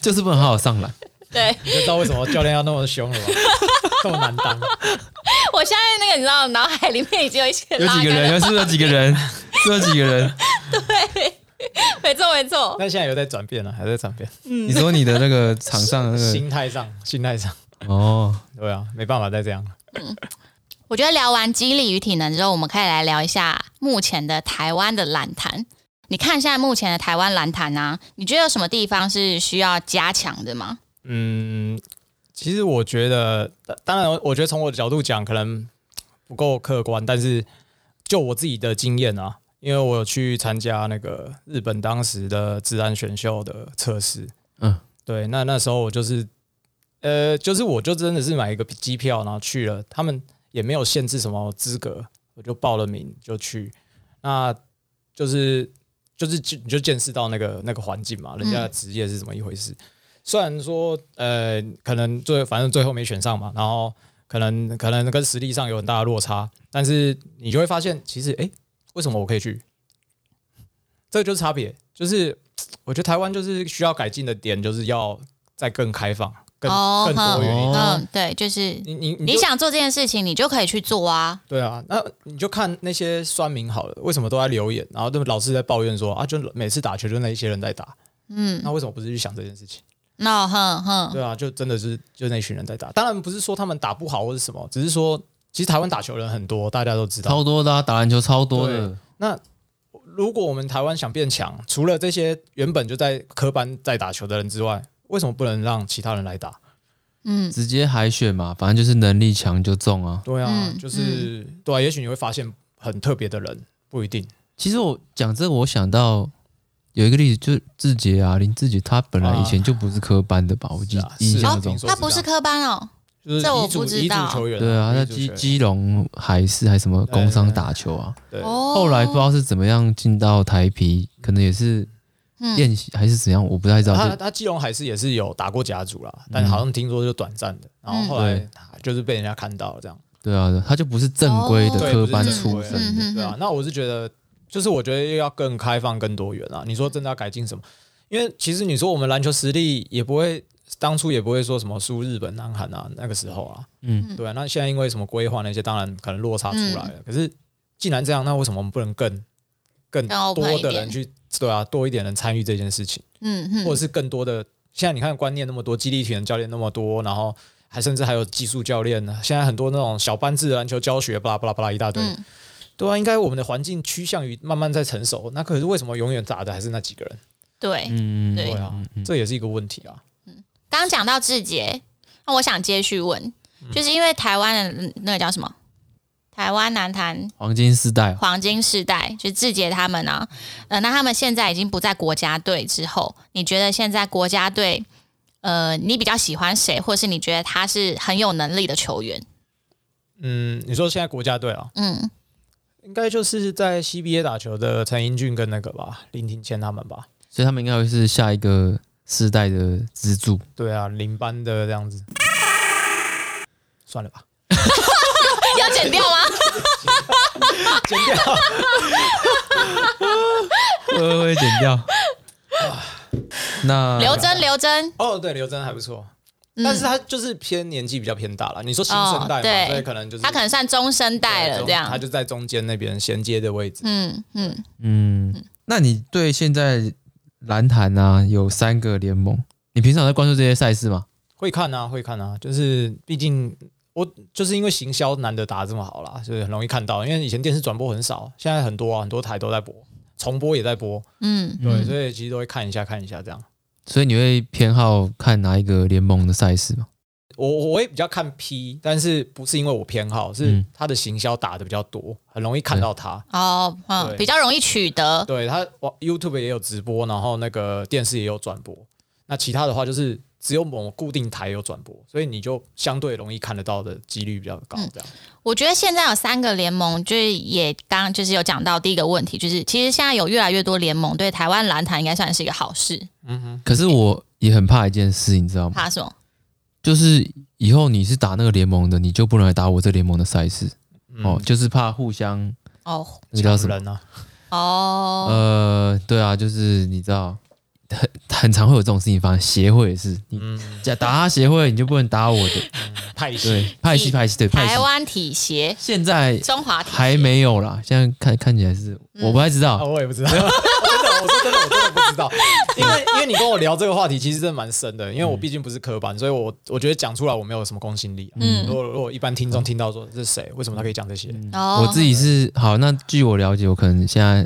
就是不能好好上篮。对你就 <laughs> 知道为什么教练要那么凶了 <laughs> 吧？这么难当，我现在那个你知道，脑海里面已经有一些有拉几个杆了人？是不是有几个 <laughs> 人？是不是有几个人？没错没错，但现在有在转变了，还在转变，你说你的那个场上的那心态上，心态上，个哦，对啊，没办法再这样了。我觉得聊完肌力与体能之后，我们可以来聊一下目前的台湾的篮坛。你看现在目前的台湾篮坛啊，你觉得有什么地方是需要加强的吗？嗯，其实我觉得，呃当然，我觉得从我的角度讲，可能不够客观，但是就我自己的经验啊，因为我有去参加那个日本当时的治安选秀的测试，嗯，对，那那时候我就是，呃，就是我就真的是买一个机票，然后去了，他们也没有限制什么资格，我就报了名就去，那就是就是就你就见识到那个那个环境嗯嘛，人家的职业是怎么一回事。虽然说呃，可能最反正最后没选上嘛，然后可能可能跟实力上有很大的落差，但是你就会发现，其实诶，为什么我可以去？这个就是差别，就是我觉得台湾就是需要改进的点，就是要再更开放、更、哦更多元一点。嗯，对，就是你你你你就想做这件事情，你就可以去做啊。对啊，那你就看那些酸民好了，为什么都在留言，然后都老是在抱怨说啊，就每次打球就那一些人在打，嗯，哦那为什么不是去想这件事情？那哼哼，对啊，就真的是就那群人在打，当然不是说他们打不好或者什么，只是说其实台湾打球人很多，大家都知道。超多的、啊，打篮球超多的对，如果我们台湾想变强，除了这些原本就在科班在打球的人之外，为什么不能让其他人来打？嗯，直接海选嘛，反正就是能力强就中啊。对啊，嗯就是、对啊，也许你会发现很特别的人，不一定。其实我讲这个，我想到有一个例子，就是志杰啊，林志杰，他本来以前就不是科班的吧？我记是啊印是啊象中听，哦说他不是科班哦，就是这我遗嘱不知遗嘱道球员啊，对啊，在遗嘱基球员基隆海事还什么工商打球啊，对哦哦，后来不知道是怎么样进到台皮，可能也是嗯，练习还是怎样，我不太知道。他就嗯他基隆海事也是有打过甲组啦，但好像听说就短暂的，然后后来对就是被人家看到了这样，对啊，对他就不是正规的哦对科班不是正出规的身的，嗯对啊。那我是觉得，就是我觉得要更开放、更多元啊。你说真的要改进什么？因为其实你说我们篮球实力也不会，当初也不会说什么输日本、南韩啊，那个时候啊，嗯对啊。那现在因为什么规划那些，当然可能落差出来嗯了。可是既然这样，那为什么我们不能更更更 open 多一的点人去对啊，多一点人参与这件事情？嗯或者嗯，是更多的。现在你看观念那么多，激励体能教练那么多，然后还甚至还有技术教练呢。现在很多那种小班制的篮球教学，巴拉巴拉巴拉一大堆。嗯对啊，应该我们的环境趋向于慢慢在成熟。那可是为什么永远打的还是那几个人？对，嗯，对对啊，这也是一个问题啊。刚刚讲到志杰，那我想接续问，就是因为台湾的那个叫什么？台湾男坛黄金时代啊，黄金世代，就志杰他们啊，呃，那他们现在已经不在国家队之后，你觉得现在国家队，呃，你比较喜欢谁，或是你觉得他是很有能力的球员？嗯，你说现在国家队啊，嗯，应该就是在 CBA 打球的陈英俊跟那个吧，林庭谦他们吧。所以他们应该会是下一个世代的支 <laughs> 柱。对啊，林班的这样子。算了 <laughs> 吧，要剪掉 <laughs> 吗？剪掉。会会剪掉。那刘真，刘真，哦，对，刘真还不错。嗯但是他就是偏年纪比较偏大了。你说新生代嘛，哦对所以可能就是他可能算中生代了，这他样。就在中间那边衔接的位置。嗯嗯，嗯，那你对现在篮坛啊有三个联盟，你平常有在关注这些赛事吗？会看啊，会看啊，就是毕竟我就是因为行销难得打得这么好啦，所以很容易看到。因为以前电视转播很少，现在很多啊，很多台都在播，重播也在播，嗯，对，嗯所以其实都会看一下看一下这样。所以你会偏好看哪一个联盟的赛事吗？我我会比较看 P，但是不是因为我偏好，是嗯他的行销打的比较多，很容易看到他。哦，嗯，对比较容易取 <laughs> 得。对他哇，YouTube 也有直播，然后那个电视也有转播。那其他的话就是只有某固定台有转播，所以你就相对容易看得到的几率比较高。这样、我觉得现在有三个联盟，就是也刚刚就是有讲到第一个问题，就是其实现在有越来越多联盟，对台湾篮坛应该算是一个好事。可是我也很怕一件事，你知道吗？怕什么？就是以后你是打那个联盟的，你就不能来打我这联盟的赛事、嗯、哦，就是怕互相哦那叫什么？人啊，哦，呃，对啊，就是你知道，很很常会有这种事情发生。协会也是，你嗯，打打他协会，你就不能打我的。 <laughs> 派系。对，派系派系对派系台，湾体协、现在中华体协还没有啦，现在看看起来是，嗯我不太知啊，哦道。我也不知道，真的，我是真的，我真的不知道，因为因为你跟我聊这个话题，其实真的蛮深的，因为我毕竟不是科班，所以我我觉得讲出来我没有什么公信力、啊。嗯嗯，如果如果一般听众听到说这是谁，为什么他可以讲这些？哦我自己是好，那据我了解，我可能现在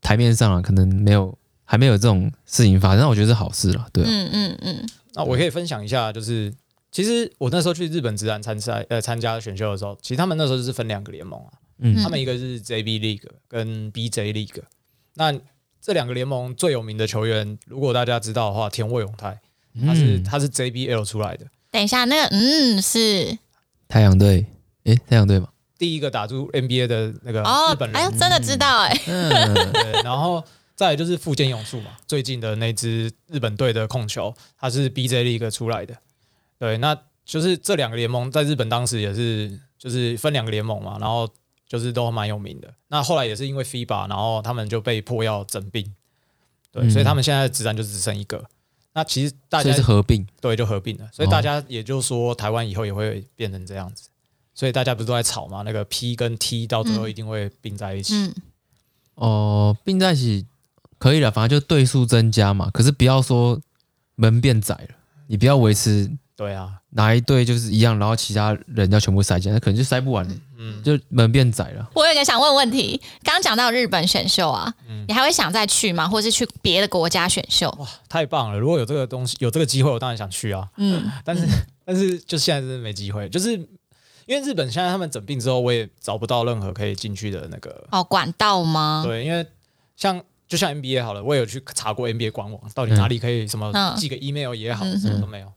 台面上啊，可能没有还没有这种事情发生，但我觉得是好事了，对啊、嗯嗯嗯，那我可以分享一下，就是其实我那时候去日本职篮参赛呃参加选秀的时候，其实他们那时候就是分两个联盟啊，嗯他们一个是 JB League 跟 BJ League。那这两个联盟最有名的球员，如果大家知道的话，田卫永泰，他是、嗯他是 JBL 出来的，等一下，那个嗯是太阳队，诶，太阳队嘛，第一个打入 NBA 的那个哦呃日本，人哎，呦，真的知道哎，嗯，对，然后再来就是富坚勇树嘛，最近的那支日本队的控球，他是 BJ League 出来的。对，那就是这两个联盟在日本当时也是就是分两个联盟嘛，然后就是都蛮有名的。那后来也是因为 FIBA，然后他们就被迫要整并，对，嗯所以他们现在的职战就只剩一个。那其实大所家以是哦合并，对就合并了，所以大家也就说台湾以后也会变成这样子。所以大家不是都在吵嘛？那个 P 跟 T 到最后一定会并在一起。嗯，哦，并在一起可以了，反正就对数增加嘛。可是不要说门变窄了，你不要维持对啊，哪一队就是一样，然后其他人要全部塞进来，那可能就塞不完了，嗯，就门变窄了。我有一个想问问题，刚刚讲到日本选秀啊，你还会想再去吗？或者是去别的国家选秀？嗯哇，太棒了！如果有这个东西，有这个机会，我当然想去啊。嗯，但是， <laughs> 但是就现在真的没机会，就是因为日本现在他们整病之后，我也找不到任何可以进去的那个。哦，管道吗？对，因为像就像 NBA 好了，我也有去查过 NBA 官网，到底哪里可以什么嗯寄个 email 也好，嗯什么都没有。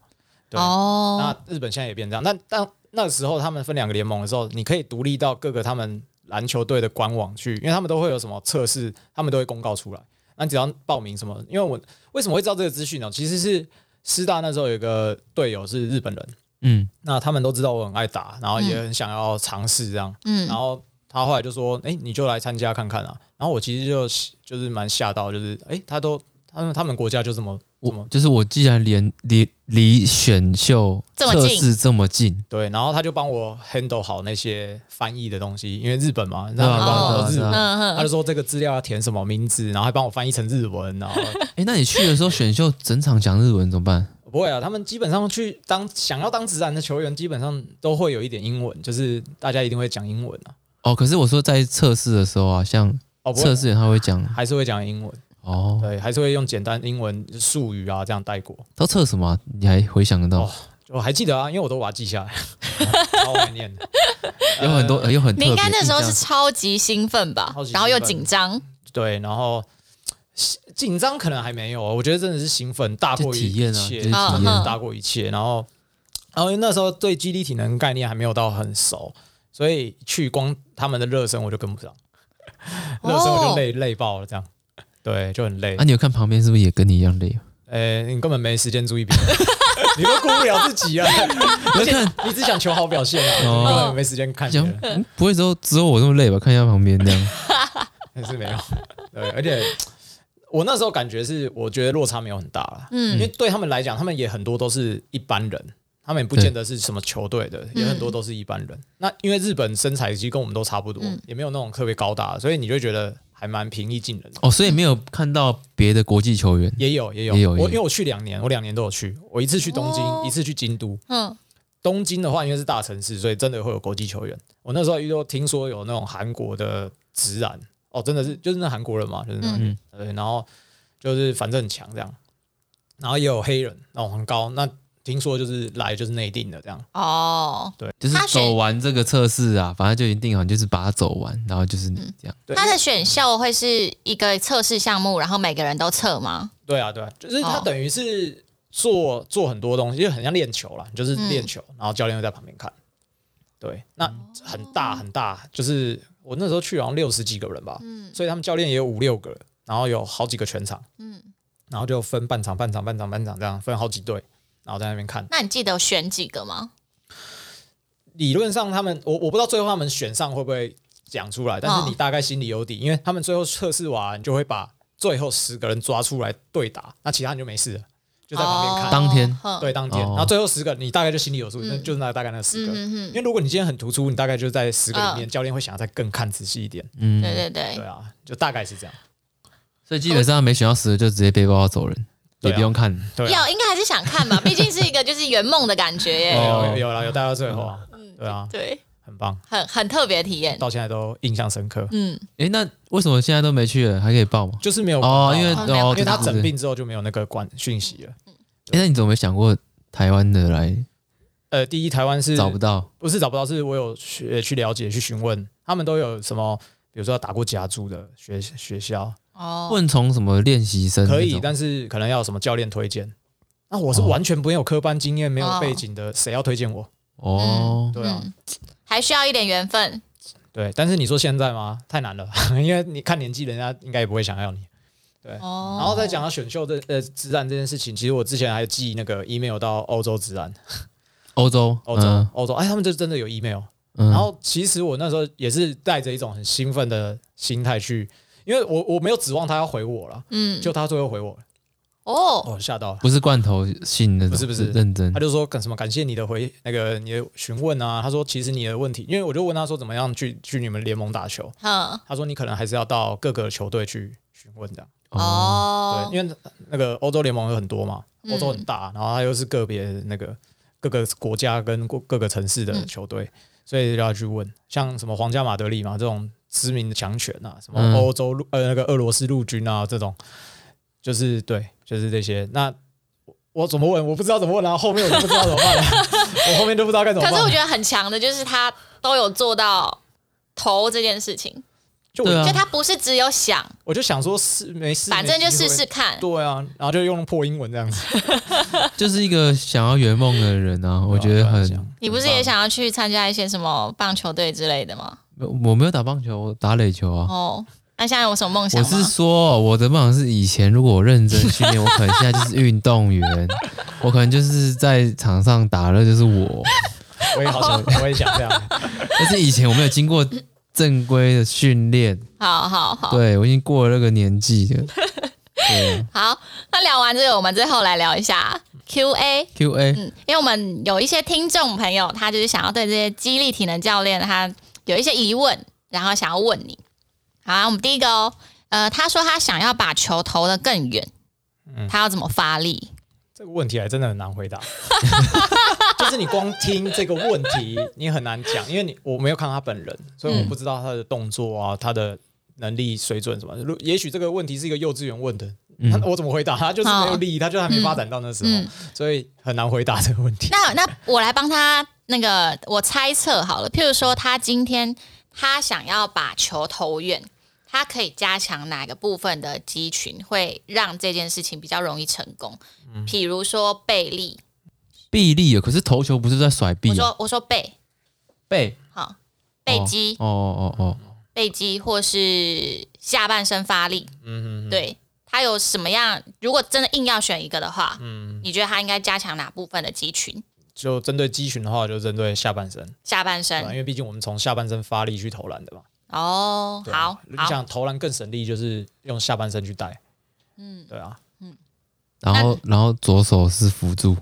对，哦，那日本现在也变这样。那但那时候他们分两个联盟的时候，你可以独立到各个他们篮球队的官网去，因为他们都会有什么测试，他们都会公告出来。那你只要报名什么，因为我为什么会知道这个资讯呢？其实是师大那时候有一个队友是日本人，嗯，那他们都知道我很爱打，然后也很想要尝试这样。嗯然，后他后来就说：“哎、你就来参加看看啊。”然后我其实就就是蛮吓到，就是哎、诶他都他们他们国家就这么这么我就是我，既然连离离选秀这么测近试这么近，对，然后他就帮我 handle 好那些翻译的东西，因为日本嘛，那他帮我对啊日对啊文，嗯他就嗯，说这个资料要填什么名字，然后还帮我翻译成日 <laughs> 文，然后诶，那你去的时候选秀整场讲日文怎么办？不会啊，他们基本上去当想要当直男的球员，基本上都会有一点英文，就是大家一定会讲英文啊，哦，可是我说在测试的时候啊，像哦，不会测试员他会讲还是会讲英文，哦，对，还是会用简单英文术语啊这样带过。都测什么啊、你还回想得到？哦我还记得啊，因为我都把它记下来， <laughs> 超怀念的。有很多，有很特你别应该那时候印是象超级兴奋吧超级兴奋，然后又紧张，对，然后紧张可能还没有，啊我觉得真的是兴奋大就过于体验一啊切，就是体验大过一切。然后，然后因为那时候对基地体能概念还没有到很熟，所以去光他们的热身我就跟不上，哦热身我就累累爆了，这样对，就很累啊，。你有看旁边是不是也跟你一样累啊？呃，你根本没时间注意别人，你都顾不了自己啊，而且你只想求好表现啊，哦你根本没时间看别想人，嗯不会只有只有我这么累吧？看一下旁边这样， <laughs> 但是没有。对，而且我那时候感觉是，我觉得落差没有很大了。因为嗯对他们来讲，他们也很多都是一般人，他们也不见得是什么球队的，也很多都是一般人。那因为日本身材其实跟我们都差不多，嗯也没有那种特别高大的，所以你就觉得还蛮平易近人的。哦，所以没有看到别的国际球员，也有也有，也有我也有因为我去两年，我两年都有去，我一次去东京，哦一次去京都。嗯，东京的话，因为是大城市，所以真的会有国际球员。我那时候遇到听说有那种韩国的直男，哦，真的是就是那韩国人嘛，就是那、嗯对，然后就是反正很强这样，然后也有黑人哦，很高。那听说就是来就是内定的这样，哦，就是他选走完这个测试啊，反正就已经定好，你就是把它走完，然后就是你这样。对，他的选秀会是一个测试项目，然后每个人都测吗？对啊对啊，就是他哦等于是做、做很多东西，就很像练球啦，就是练球，然后教练又在旁边看。对，那很哦大很大，就是我那时候去好像六十几个人吧，嗯所以他们教练也有五六个，然后有好几个全场，嗯，然后就分半场、半场、半场、半场这样分好几队，然后在那边看。那你记得有选几个吗？理论上他们，我我不知道最后他们选上会不会讲出来，但哦是你大概心里有底，因为他们最后测试完，你就会把最后十个人抓出来对打，那其他人就没事了，就在旁边看。哦当天，哼对，当天，哦然后最后十个你大概就心里有数，嗯那就是那大概那十个。嗯嗯因嗯，为如果你今天很突出，你大概就在十个里面，教练会想要再更看仔细一点。嗯，对对对对，啊，就大概是这样。所以基本上没选到十的就直接背包包走人，对也啊不用看。对啊，要应该还是想看吧，毕竟是一个就是圆梦的感觉耶。哦有有有啦，有带到最后啊，嗯对啊，对，很棒，很很特别的体验。到现在都印象深刻。嗯，诶，那为什么现在都没去了？还可以报吗？就是没有哦，因为哦没有哦，因为他对对整对病之后就没有那个管讯息了。诶，那你怎么没想过台湾的来呃，第一，台湾是找不到？不是找不到，是我有去呃去了解、去询问，他们都有什么，比如说打过夹住的学学校哦，混从什么练习生那种？可以，但是可能要有什么教练推荐。那我是哦完全没有科班经验、没哦有背景的，谁要推荐我？哦，对啊，嗯，还需要一点缘分。对。但是你说现在吗？太难了， <laughs> 因为你看年纪，人家应该也不会想要你。哦，然后再讲到选秀这呃职篮这件事情，其实我之前还寄那个 email 到欧洲职篮，欧洲，欧洲嗯欧洲，哎，他们就真的有 email。嗯然后其实我那时候也是带着一种很兴奋的心态去，因为我我没有指望他要回我了，嗯，就他最后回我了，哦，哦吓到了，不是罐头性的，不是不是认真他，就说感什么感谢你的回那个你的询问啊，他说其实你的问题，因为我就问他说怎么样去去你们联盟打球，哼，他说你可能还是要到各个球队去询问这样，哦，哦，对，因为那个欧洲联盟有很多嘛，嗯欧洲很大，然后他又是个别那个各个国家跟各各个城市的嗯球队，所以就要去问，像什么皇家马德里嘛这种知名的强权啊，什嗯么欧洲陆、呃那个俄罗斯陆军啊这种，就是对，就是这些。那我我怎么问？我不知道怎么问啊，后面我就不知道怎 <laughs> 么办了，我后面就不知道该怎么可办是我了。觉得很强的，就是他都有做到投这件事情，就对我啊就他不是只有想，我就想说试没事，反正就没机试会试。看。对啊，然后就用破英文这样子，就是一个想要圆梦的人 <laughs> 啊，我觉对得啊对啊很这，样你不是也想要去参加一些什么棒球队之类的吗？我没有打棒球，我打垒球啊。哦，那现在有什么梦想我吗？是说，哦我的梦想是以前如果我认真训练，我可能现在就是运动 <laughs> 员，我可能就是在场上打的就是我。我也好想， <laughs> 我也想这样。但是以前我没有经过正规的训练，好好好对我已经过了那个年纪了。对好，那聊完这个，我们最后来聊一下 Q&A。 ，Q 哎 A，嗯，因为我们有一些听众朋友，他就是想要对这些激励体能教练他有一些疑问，然后想要问你。好，我们第一个哦，呃，他说他想要把球投得更远，嗯他要怎么发力？这个问题还真的很难 <laughs> 回答， <laughs> 就是你光听这个问题，你很难讲，因为你我没有看他本人，所以我不知道他的动作啊，他的能力水准什么。如也许这个问题是一个幼稚园问的，他我怎么回答？他就是没有力，他就还没发展到那时候，嗯所以很难回答这个问 <laughs> 题。那那我来帮他那个，我猜测好了，譬如说他今天他想要把球投远，他可以加强哪个部分的肌群，会让这件事情比较容易成功？比如说背力，臂力啊，可是投球不是在甩我臂啊，说我说背，背好，背肌。哦哦哦哦，背肌或是下半身发力，嗯嗯对它有什么样？如果真的硬要选一个的话，嗯，你觉得它应该加强哪部分的肌群？就针对肌群的话，就针对下半身，下半对啊吧因身为毕竟我们从下半身发力去投篮的嘛。哦，对啊好你好，想投篮更省力，就是用下半身去带。嗯，对啊，然后然后左手是辅助，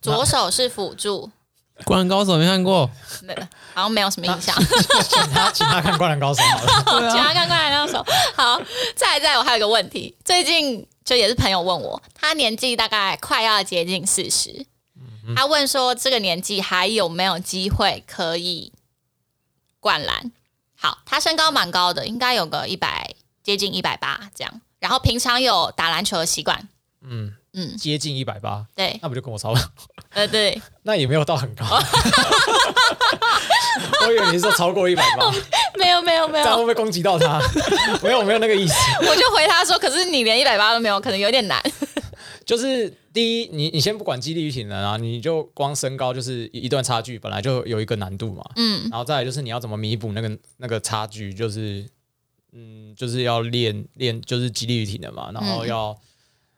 左手是辅助， 《灌篮高手》没看过，没好像没有什么印象。请他请他看《灌篮高手》<laughs> 好了。其他看过来那手 <laughs> 好，再来再来，我还有一个问题，最近就也是朋友问我，他年纪大概快要接近四十，他问说这个年纪还有没有机会可以灌篮？好，他身高蛮高的，应该有个一百接近一百八这样，然后平常有打篮球的习惯，嗯，嗯，哎接近一百八，对，那不就跟我差不多？呃对，那也没有到很高。 <laughs> 我以为你是说超过一百八，没有没有没这样会有，不会攻击到他？没有，没有那个意思。我就回他说，可是你连一百八都没有，可能有点难，就是第一，你你先不管肌力与体能啊，你就光身高就是一一段差距，本来就有一个难度嘛。嗯然后再来就是你要怎么弥补那个那个差距，就是嗯，就是要练练就是肌力与体能嘛，然后要、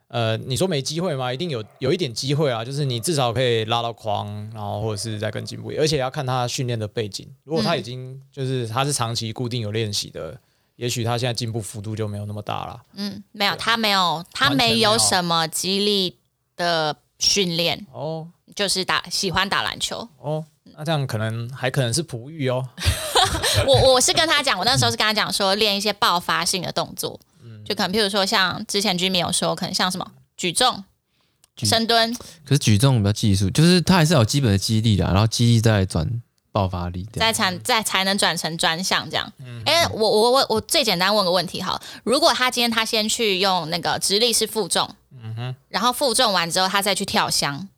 呃，你说没机会吗？一定有有一点机会啊，就是你至少可以拉到框，然后或者是再更进步，而且要看他训练的背景。如果他已经就是他是长期固定有练习的，也许他现在进步幅度就没有那么大了。嗯，没有，他没有，他完全没没有有什么激励的训练，哦就是打喜欢打篮球。哦，那这样可能还可能是璞玉哦， <laughs> 我我是跟他讲，我那时候是跟他讲说练一些爆发性的动作，就可能譬如说像之前居民有说，可能像什么举重、举深蹲，可是举重比较技术，就是他还是有基本的肌力的，然后肌力再转爆发力这样。再才再才能转成专项这样。哎、我我我我最简单问个问题好，如果他今天他先去用那个直立式负重，然后负重完之后他再去跳箱，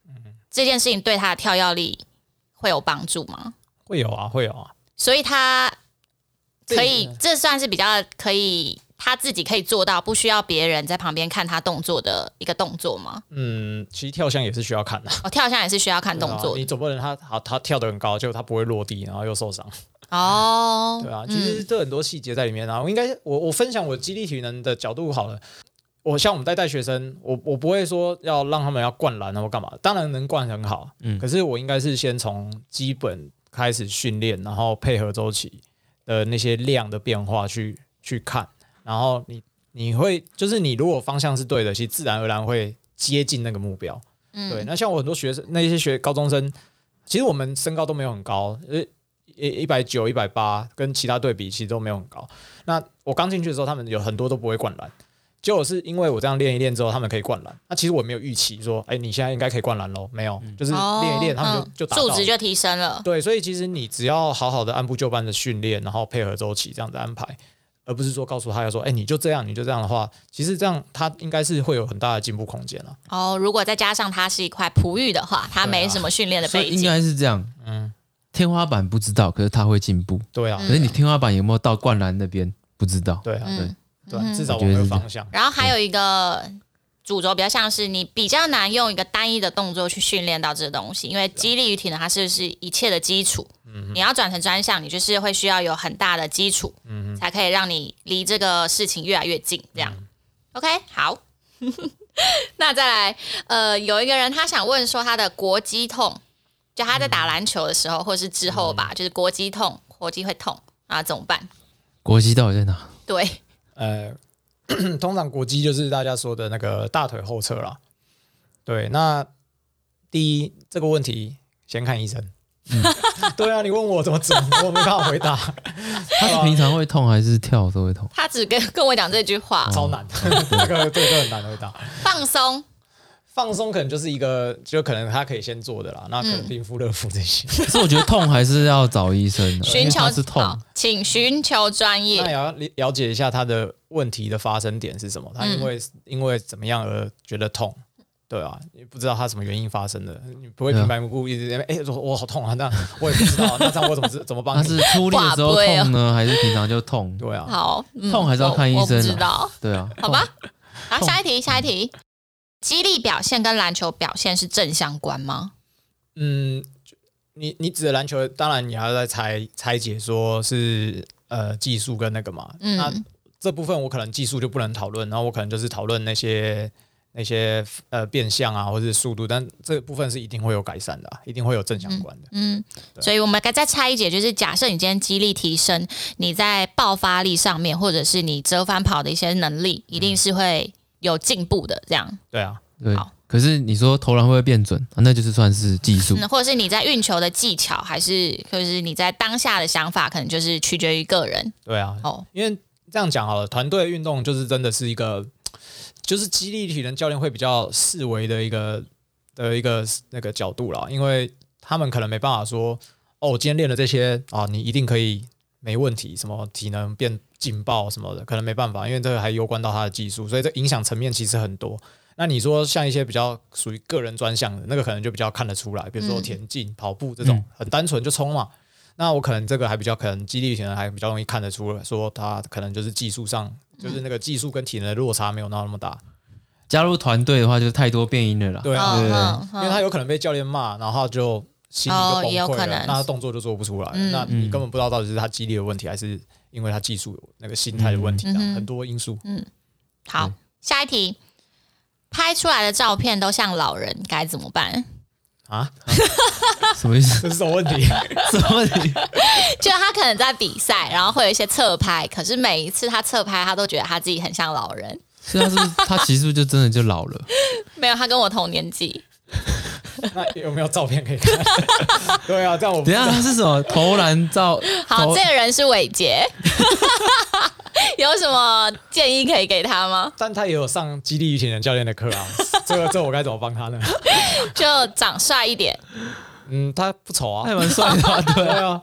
这件事情对他的跳跃力会有帮助吗？会有啊，会有啊。所以他可以这个，这算是比较可以他自己可以做到，不需要别人在旁边看他动作的一个动作 <laughs> 吗？嗯，其实跳箱也是需要看的、哦，跳箱也是需要看动对啊作你的总不能他好他跳得很高，结果他不会落地，然后又受伤，哦。对啊，其实这很多细节在里面啊。我应该我我分享我激励体能的角度好了。我像我们在带学生，我我不会说要让他们要灌篮啊或干嘛，当然能灌很好，嗯可是我应该是先从基本开始训练，然后配合周期的那些量的变化去去看，然后你你会就是你如果方向是对的，其实自然而然会接近那个目标。嗯，对，那像我很多学生，那些学高中生，其实我们身高都没有很高，呃，一一百九、一百八，跟其他对比其实都没有很高。那我刚进去的时候，他们有很多都不会灌篮，结果是因为我这样练一练之后，他们可以灌篮。那其实我没有预期说，哎、你现在应该可以灌篮喽，没有，就是哦练一练，他们就、嗯就达到数了值就提升了。对，所以其实你只要好好的按部就班的训练，然后配合周期这样子安排，而不是说告诉他要说，哎、你就这样，你就这样的话，其实这样他应该是会有很大的进步空间了、啊哦，如果再加上它是一块璞玉的话，它对啊没什么训练的所背以应景。该是这样。嗯，天花板不知道，可是他会进步。对啊。可是你天花板有没有到灌篮那边？不知道。对啊，嗯，对嗯，至少我我觉们得有是这方向。然后还有一个主轴比较像是你比较难用一个单一的动作去训练到这个东西，因为肌力与体能它是是一切的基础。你要转成专项，你就是会需要有很大的基础，才可以让你离这个事情越来越近。这样、o k 好。 <laughs> 那再来，呃，有一个人他想问说他的国肌痛，就他在打篮球的时候，或是之后吧，就是国肌痛，国肌会痛啊，怎么办？国际到底在 <laughs> 哪？对，呃， <clears throat> 通常国肌就是大家说的那个大腿后侧啦。对，那第一这个问题先看医生。 <laughs> 对啊，你问我怎么准， <laughs> 我没办法回答，他是平常会痛还是跳都会痛？他只跟跟我讲这句话，超难， <laughs> 这个这个很难回答。放松，放松可能就是一个，就可能他可以先做的啦，那可能冰敷、热敷这些，可是我觉得痛还是要找医生的，因寻为求哦他是好痛。请寻求专那也业。要了了解一下他的问题的发生点是什么，他因为、因为怎么样而觉得痛。对啊，也不知道他什么原因发生的，你不会对啊平白无故一直在那边哎、我我好痛啊，那我也不知 <laughs> 道，那这样我怎么知怎么帮他你？是出力的时候痛哦呢，还是平常就痛？对啊，好，嗯痛还是要看医生啊嗯我我不知道，对啊，好吧。好，下一题，下一题。激励表现跟篮球表现是正相关吗？嗯，你你指的篮球，当然你还要再拆拆解，说是呃技术跟那个嘛，嗯那这部分我可能技术就不能讨论，然后我可能就是讨论那些那些呃变相啊，或者是速度，但这部分是一定会有改善的啊、一定会有正相关的。嗯，所以我们该再拆解，就是假设你今天肌力提升，你在爆发力上面，或者是你折返跑的一些能力，一嗯定是会有进步的。这样，对啊，对好。可是你说投篮会不会变准？啊那就是算是技术。嗯，或者是你在运球的技巧，还是就是你在当下的想法，可能就是取决于个人对啊，哦。因为这样讲好了，团队运动就是真的是一个，就是激励体能教练会比较视为的一个的一个那个角度啦，因为他们可能没办法说，哦，我今天练了这些啊，你一定可以没问题，什么体能变劲爆什么的，可能没办法，因为这个还攸关到他的技术，所以这影响层面其实很多。那你说像一些比较属于个人专项的，那个可能就比较看得出来，比如说嗯田径、跑步这种，很单纯就冲嘛。那我可能这个还比较可能激励型的还比较容易看得出来，说他可能就是技术上，就是那个技术跟体能的落差没有那么大。加入团队的话，就太多变音了啦。对啊，嗯对嗯因为他有可能被教练骂，然后他就心里就哦崩也有可溃了，能那他动作就做不出来。嗯那你根本不知道到底是他激励的问题，还是因为他技术有那个心态的问题，这样嗯嗯哼很多因素。嗯好，下一题，拍出来的照片都像老人，该怎么办？ <laughs> 啊， <laughs> 什么意思？ <laughs> 这是什么问题？ <laughs> 什么问题？就他可能在比赛，然后会有一些侧拍，可是每一次他侧拍，他都觉得他自己很像老人。所以他是他其实就真的就老了。没有，他跟我同年纪，那有没有照片可以看？ <laughs> 对啊，这样我等一下他是什么投篮照？好，投这个人是伟 <laughs> 杰，有什么建议可以给他吗？但他也有上激励体能教练的课啊，这个这我该怎么帮他呢？就长帅一点，嗯，他不丑还啊，蛮帅的啊，对 <laughs> 对啊，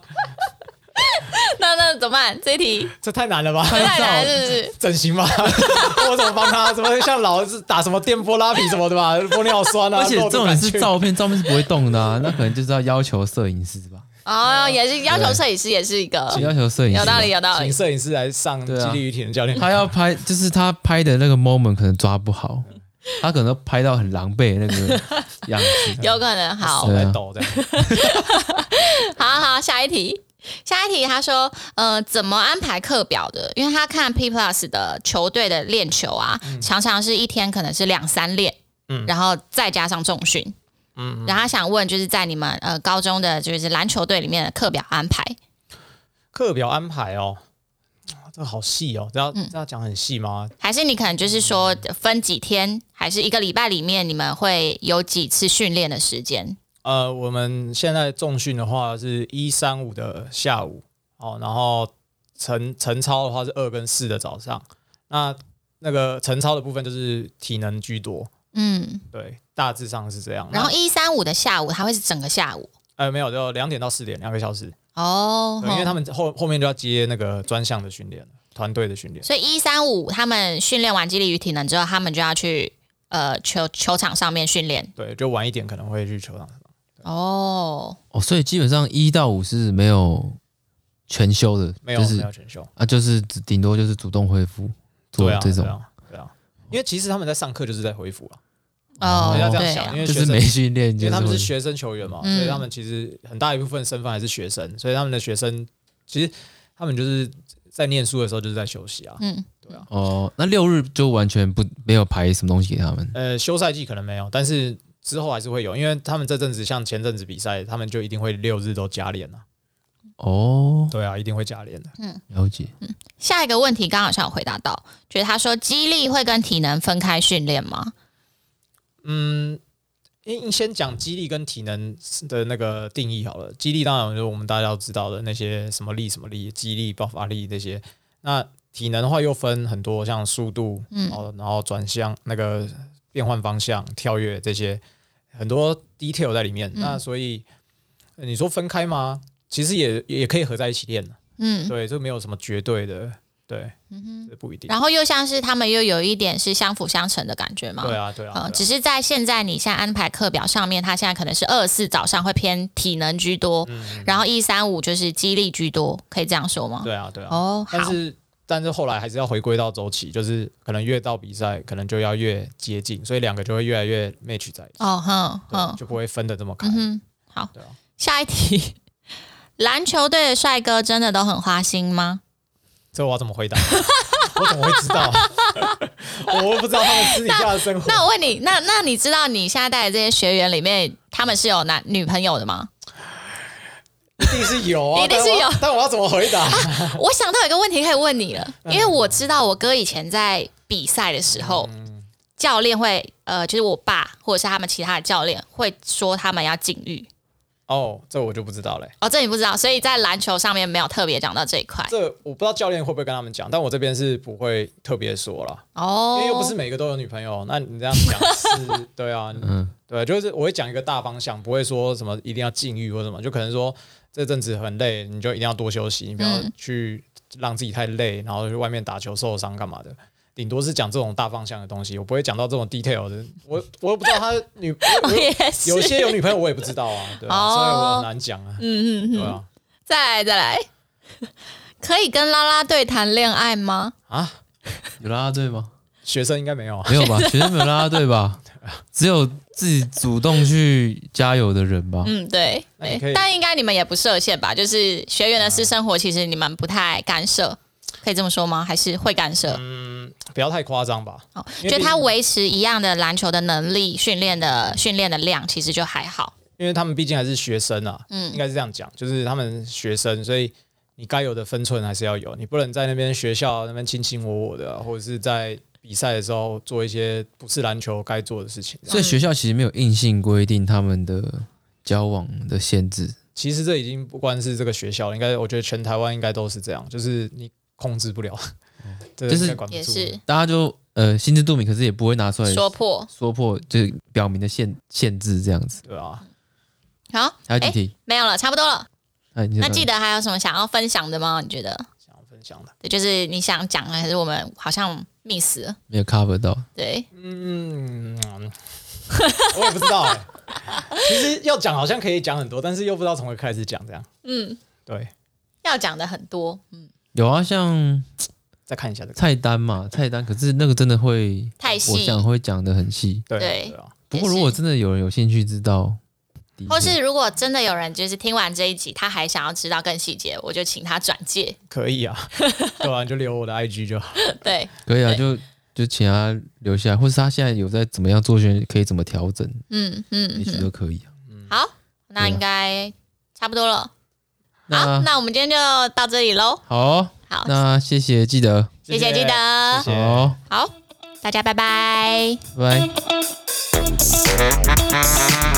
那那怎么办？这一题这太难了吧？太难了是不是？整形吧， <laughs> 我怎么帮他？怎么像老是打什么电波拉皮什么的吧，玻尿酸啊，而且肉这都种敢人是去 <laughs> 照片，照片是不会动的啊，那可能就是要要求摄影师吧。哦，也是要求摄影师也是一个要求摄影师有道理，有道理请。摄影师来上对激啊励与体能教练。他要拍，就是他拍的那个 moment 可能抓不好，他可能拍到很狼狈的那个样 <laughs> 子。有可能好手，在抖这样，啊好好，下一题。下一题，他说，呃，怎么安排课表的？因为他看 P Plus 的球队的练球啊，常常是一天可能是两三练，嗯然后再加上重训，嗯，然后他想问，就是在你们呃高中的就是篮球队里面的课表安排，课表安排哦，哇这个好细哦，这要嗯这要讲很细吗？还是你可能就是说分几天，还是一个礼拜里面你们会有几次训练的时间？呃，我们现在重训的话是一三五的下午哦，然后晨晨操的话是二跟四的早上。那那个晨操的部分就是体能居多，嗯，对，大致上是这样。然后那一三五的下午，它会是整个下午呃没有，就两点到四点，两个小时，哦对，因为他们后后面就要接那个专项的训练，团队的训练。所以一三五他们训练完肌力与体能之后，他们就要去呃球球场上面训练。对，就晚一点可能会去球场。哦，哦，所以基本上一到五是没有全休的，没有、就是没有全休，啊，就是只顶多就是主动恢复做对啊，这种对，啊，对啊，因为其实他们在上课就是在恢复啊，哦不要这对样想，因为就学是生没训练，因为他们就是是学生球员嘛，嗯所以他们其实很大一部分身份还是学生，所以他们的学生其实他们就是在念书的时候就是在休息啊。嗯，哦。那六日就完全不没有排什么东西给他们呃，休赛季可能没有，但是之后还是会有，因为他们这阵子像前阵子比赛，他们就一定会六日都加练啊。哦，对啊，一定会加练的。了解。下一个问题刚好像有回答到，就是他说肌力会跟体能分开训练吗？嗯，因先讲肌力跟体能的那个定义好了。肌力当然就是我们大家都知道的那些什么力、什么力、肌力、爆发力这些。那体能的话又分很多，像速度，嗯然后然后转向那个变换方向、跳跃这些很多 detail 在里面。嗯那所以呃你说分开吗？其实也也可以合在一起练的。嗯，对，这没有什么绝对的，对，嗯这不一定。然后又像是他们又有一点是相辅相成的感觉嘛。对啊，对啊，呃，对只啊是在现在你现在安排课表上面，他现在可能是二四早上会偏体能居多，嗯然后一三五就是肌力居多，可以这样说吗？对啊，对啊。哦，但好，是但是后来还是要回归到周期，就是可能越到比赛，可能就要越接近，所以两个就会越来越 match 在一起，哦，哼对啊哼，就不会分的这么开。嗯哼，好，对啊下一题， <laughs> 篮球队的帅哥真的都很花心吗？这我要怎么回答？我怎么会知 <laughs> 道？我又不知道他们私底下的生活。那我问你，那那你知道你现在带的这些学员里面，他们是有男女朋友的吗？一定是有啊，一定是有但我。但我要怎么回 <laughs> 答？我想到有一个问题可以问你嗯了，因为我知道我哥以前在比赛的时候，嗯教练会呃，就是我爸或者是他们其他的教练会说他们要禁欲。哦，这我就不知道嘞。哦，这你不知道，所以在篮球上面没有特别讲到这一块这我不知道教练会不会跟他们讲，但我这边是不会特别说了，因哦为又不是每个都有女朋友。那你这样讲 <laughs> 是，对啊，嗯，对，就是我会讲一个大方向，不会说什么一定要禁欲或什么，就可能说这阵子很累，你就一定要多休息，你不要嗯去让自己太累，然后去外面打球受伤干嘛的。顶多是讲这种大方向的东西，我不会讲到这种 detail 的。我我又不知道他女， <laughs> 我我我也是有些有女朋友我也不知道啊，对啊，哦所以我很难讲啊，嗯嗯嗯，对啊，再来再来， <laughs> 可以跟啦啦队谈恋爱吗？啊，有啦啦队吗？学生应该没有啊，没有 <laughs> 吧？学生没有啦啦队吧？只有自己主动去加油的人吧？嗯，对，哦那你对可以但应该你们也不设限吧？就是学员的私生活，其实你们不太干涉，可以这么说吗？还是会干涉？不要太夸张吧。哦，嗯因为觉得毕他维持一样的篮球的能力、训练的训练的量，其实就还好。因为他们毕竟还是学生啊，嗯应该是这样讲，就是他们学生，所以你该有的分寸还是要有，你不能在那边学校那边卿卿我我的啊、或者是在比赛的时候做一些不是篮球该做的事情。所以学校其实没有硬性规定他们的交往的限制。其实这已经不光是这个学校了，应该我觉得全台湾应该都是这样，就是你控制不了， <laughs> 这嗯个就是应该管不也住。是大家就呃心知肚明，可是也不会拿出来说破说破，就是表明的限限制这样子。对嗯啊，好，还有几诶题？没有了，差不多了。哎，你那记得还有什么想要分享的吗？你觉得？想要分享的，对就是你想讲的，还是我们好像 miss 了？没有 cover 到？对，嗯， <laughs> 我也不知道、欸。其实要讲好像可以讲很多，但是又不知道从何开始讲，这样。嗯，对，要讲的很多，嗯，有啊，像再看一下这个。菜单嘛，菜单，可是那个真的会太细我想会讲的很细。对对对啊，不过如果真的有人有兴趣知道，的确或是如果真的有人就是听完这一集，他还想要知道更细节，我就请他转介。可 <laughs> 以啊，对啊，你就留我的 IG 就好。对，可以啊，对就就请他留下来，或是他现在有在怎么样做选，可以怎么调整，嗯嗯也，许都可以啊。好，那应该差不多了。好，那那我们今天就到这里喽。好哦，好，那谢谢，记得谢谢记得，谢谢好，好，大家拜拜。拜拜。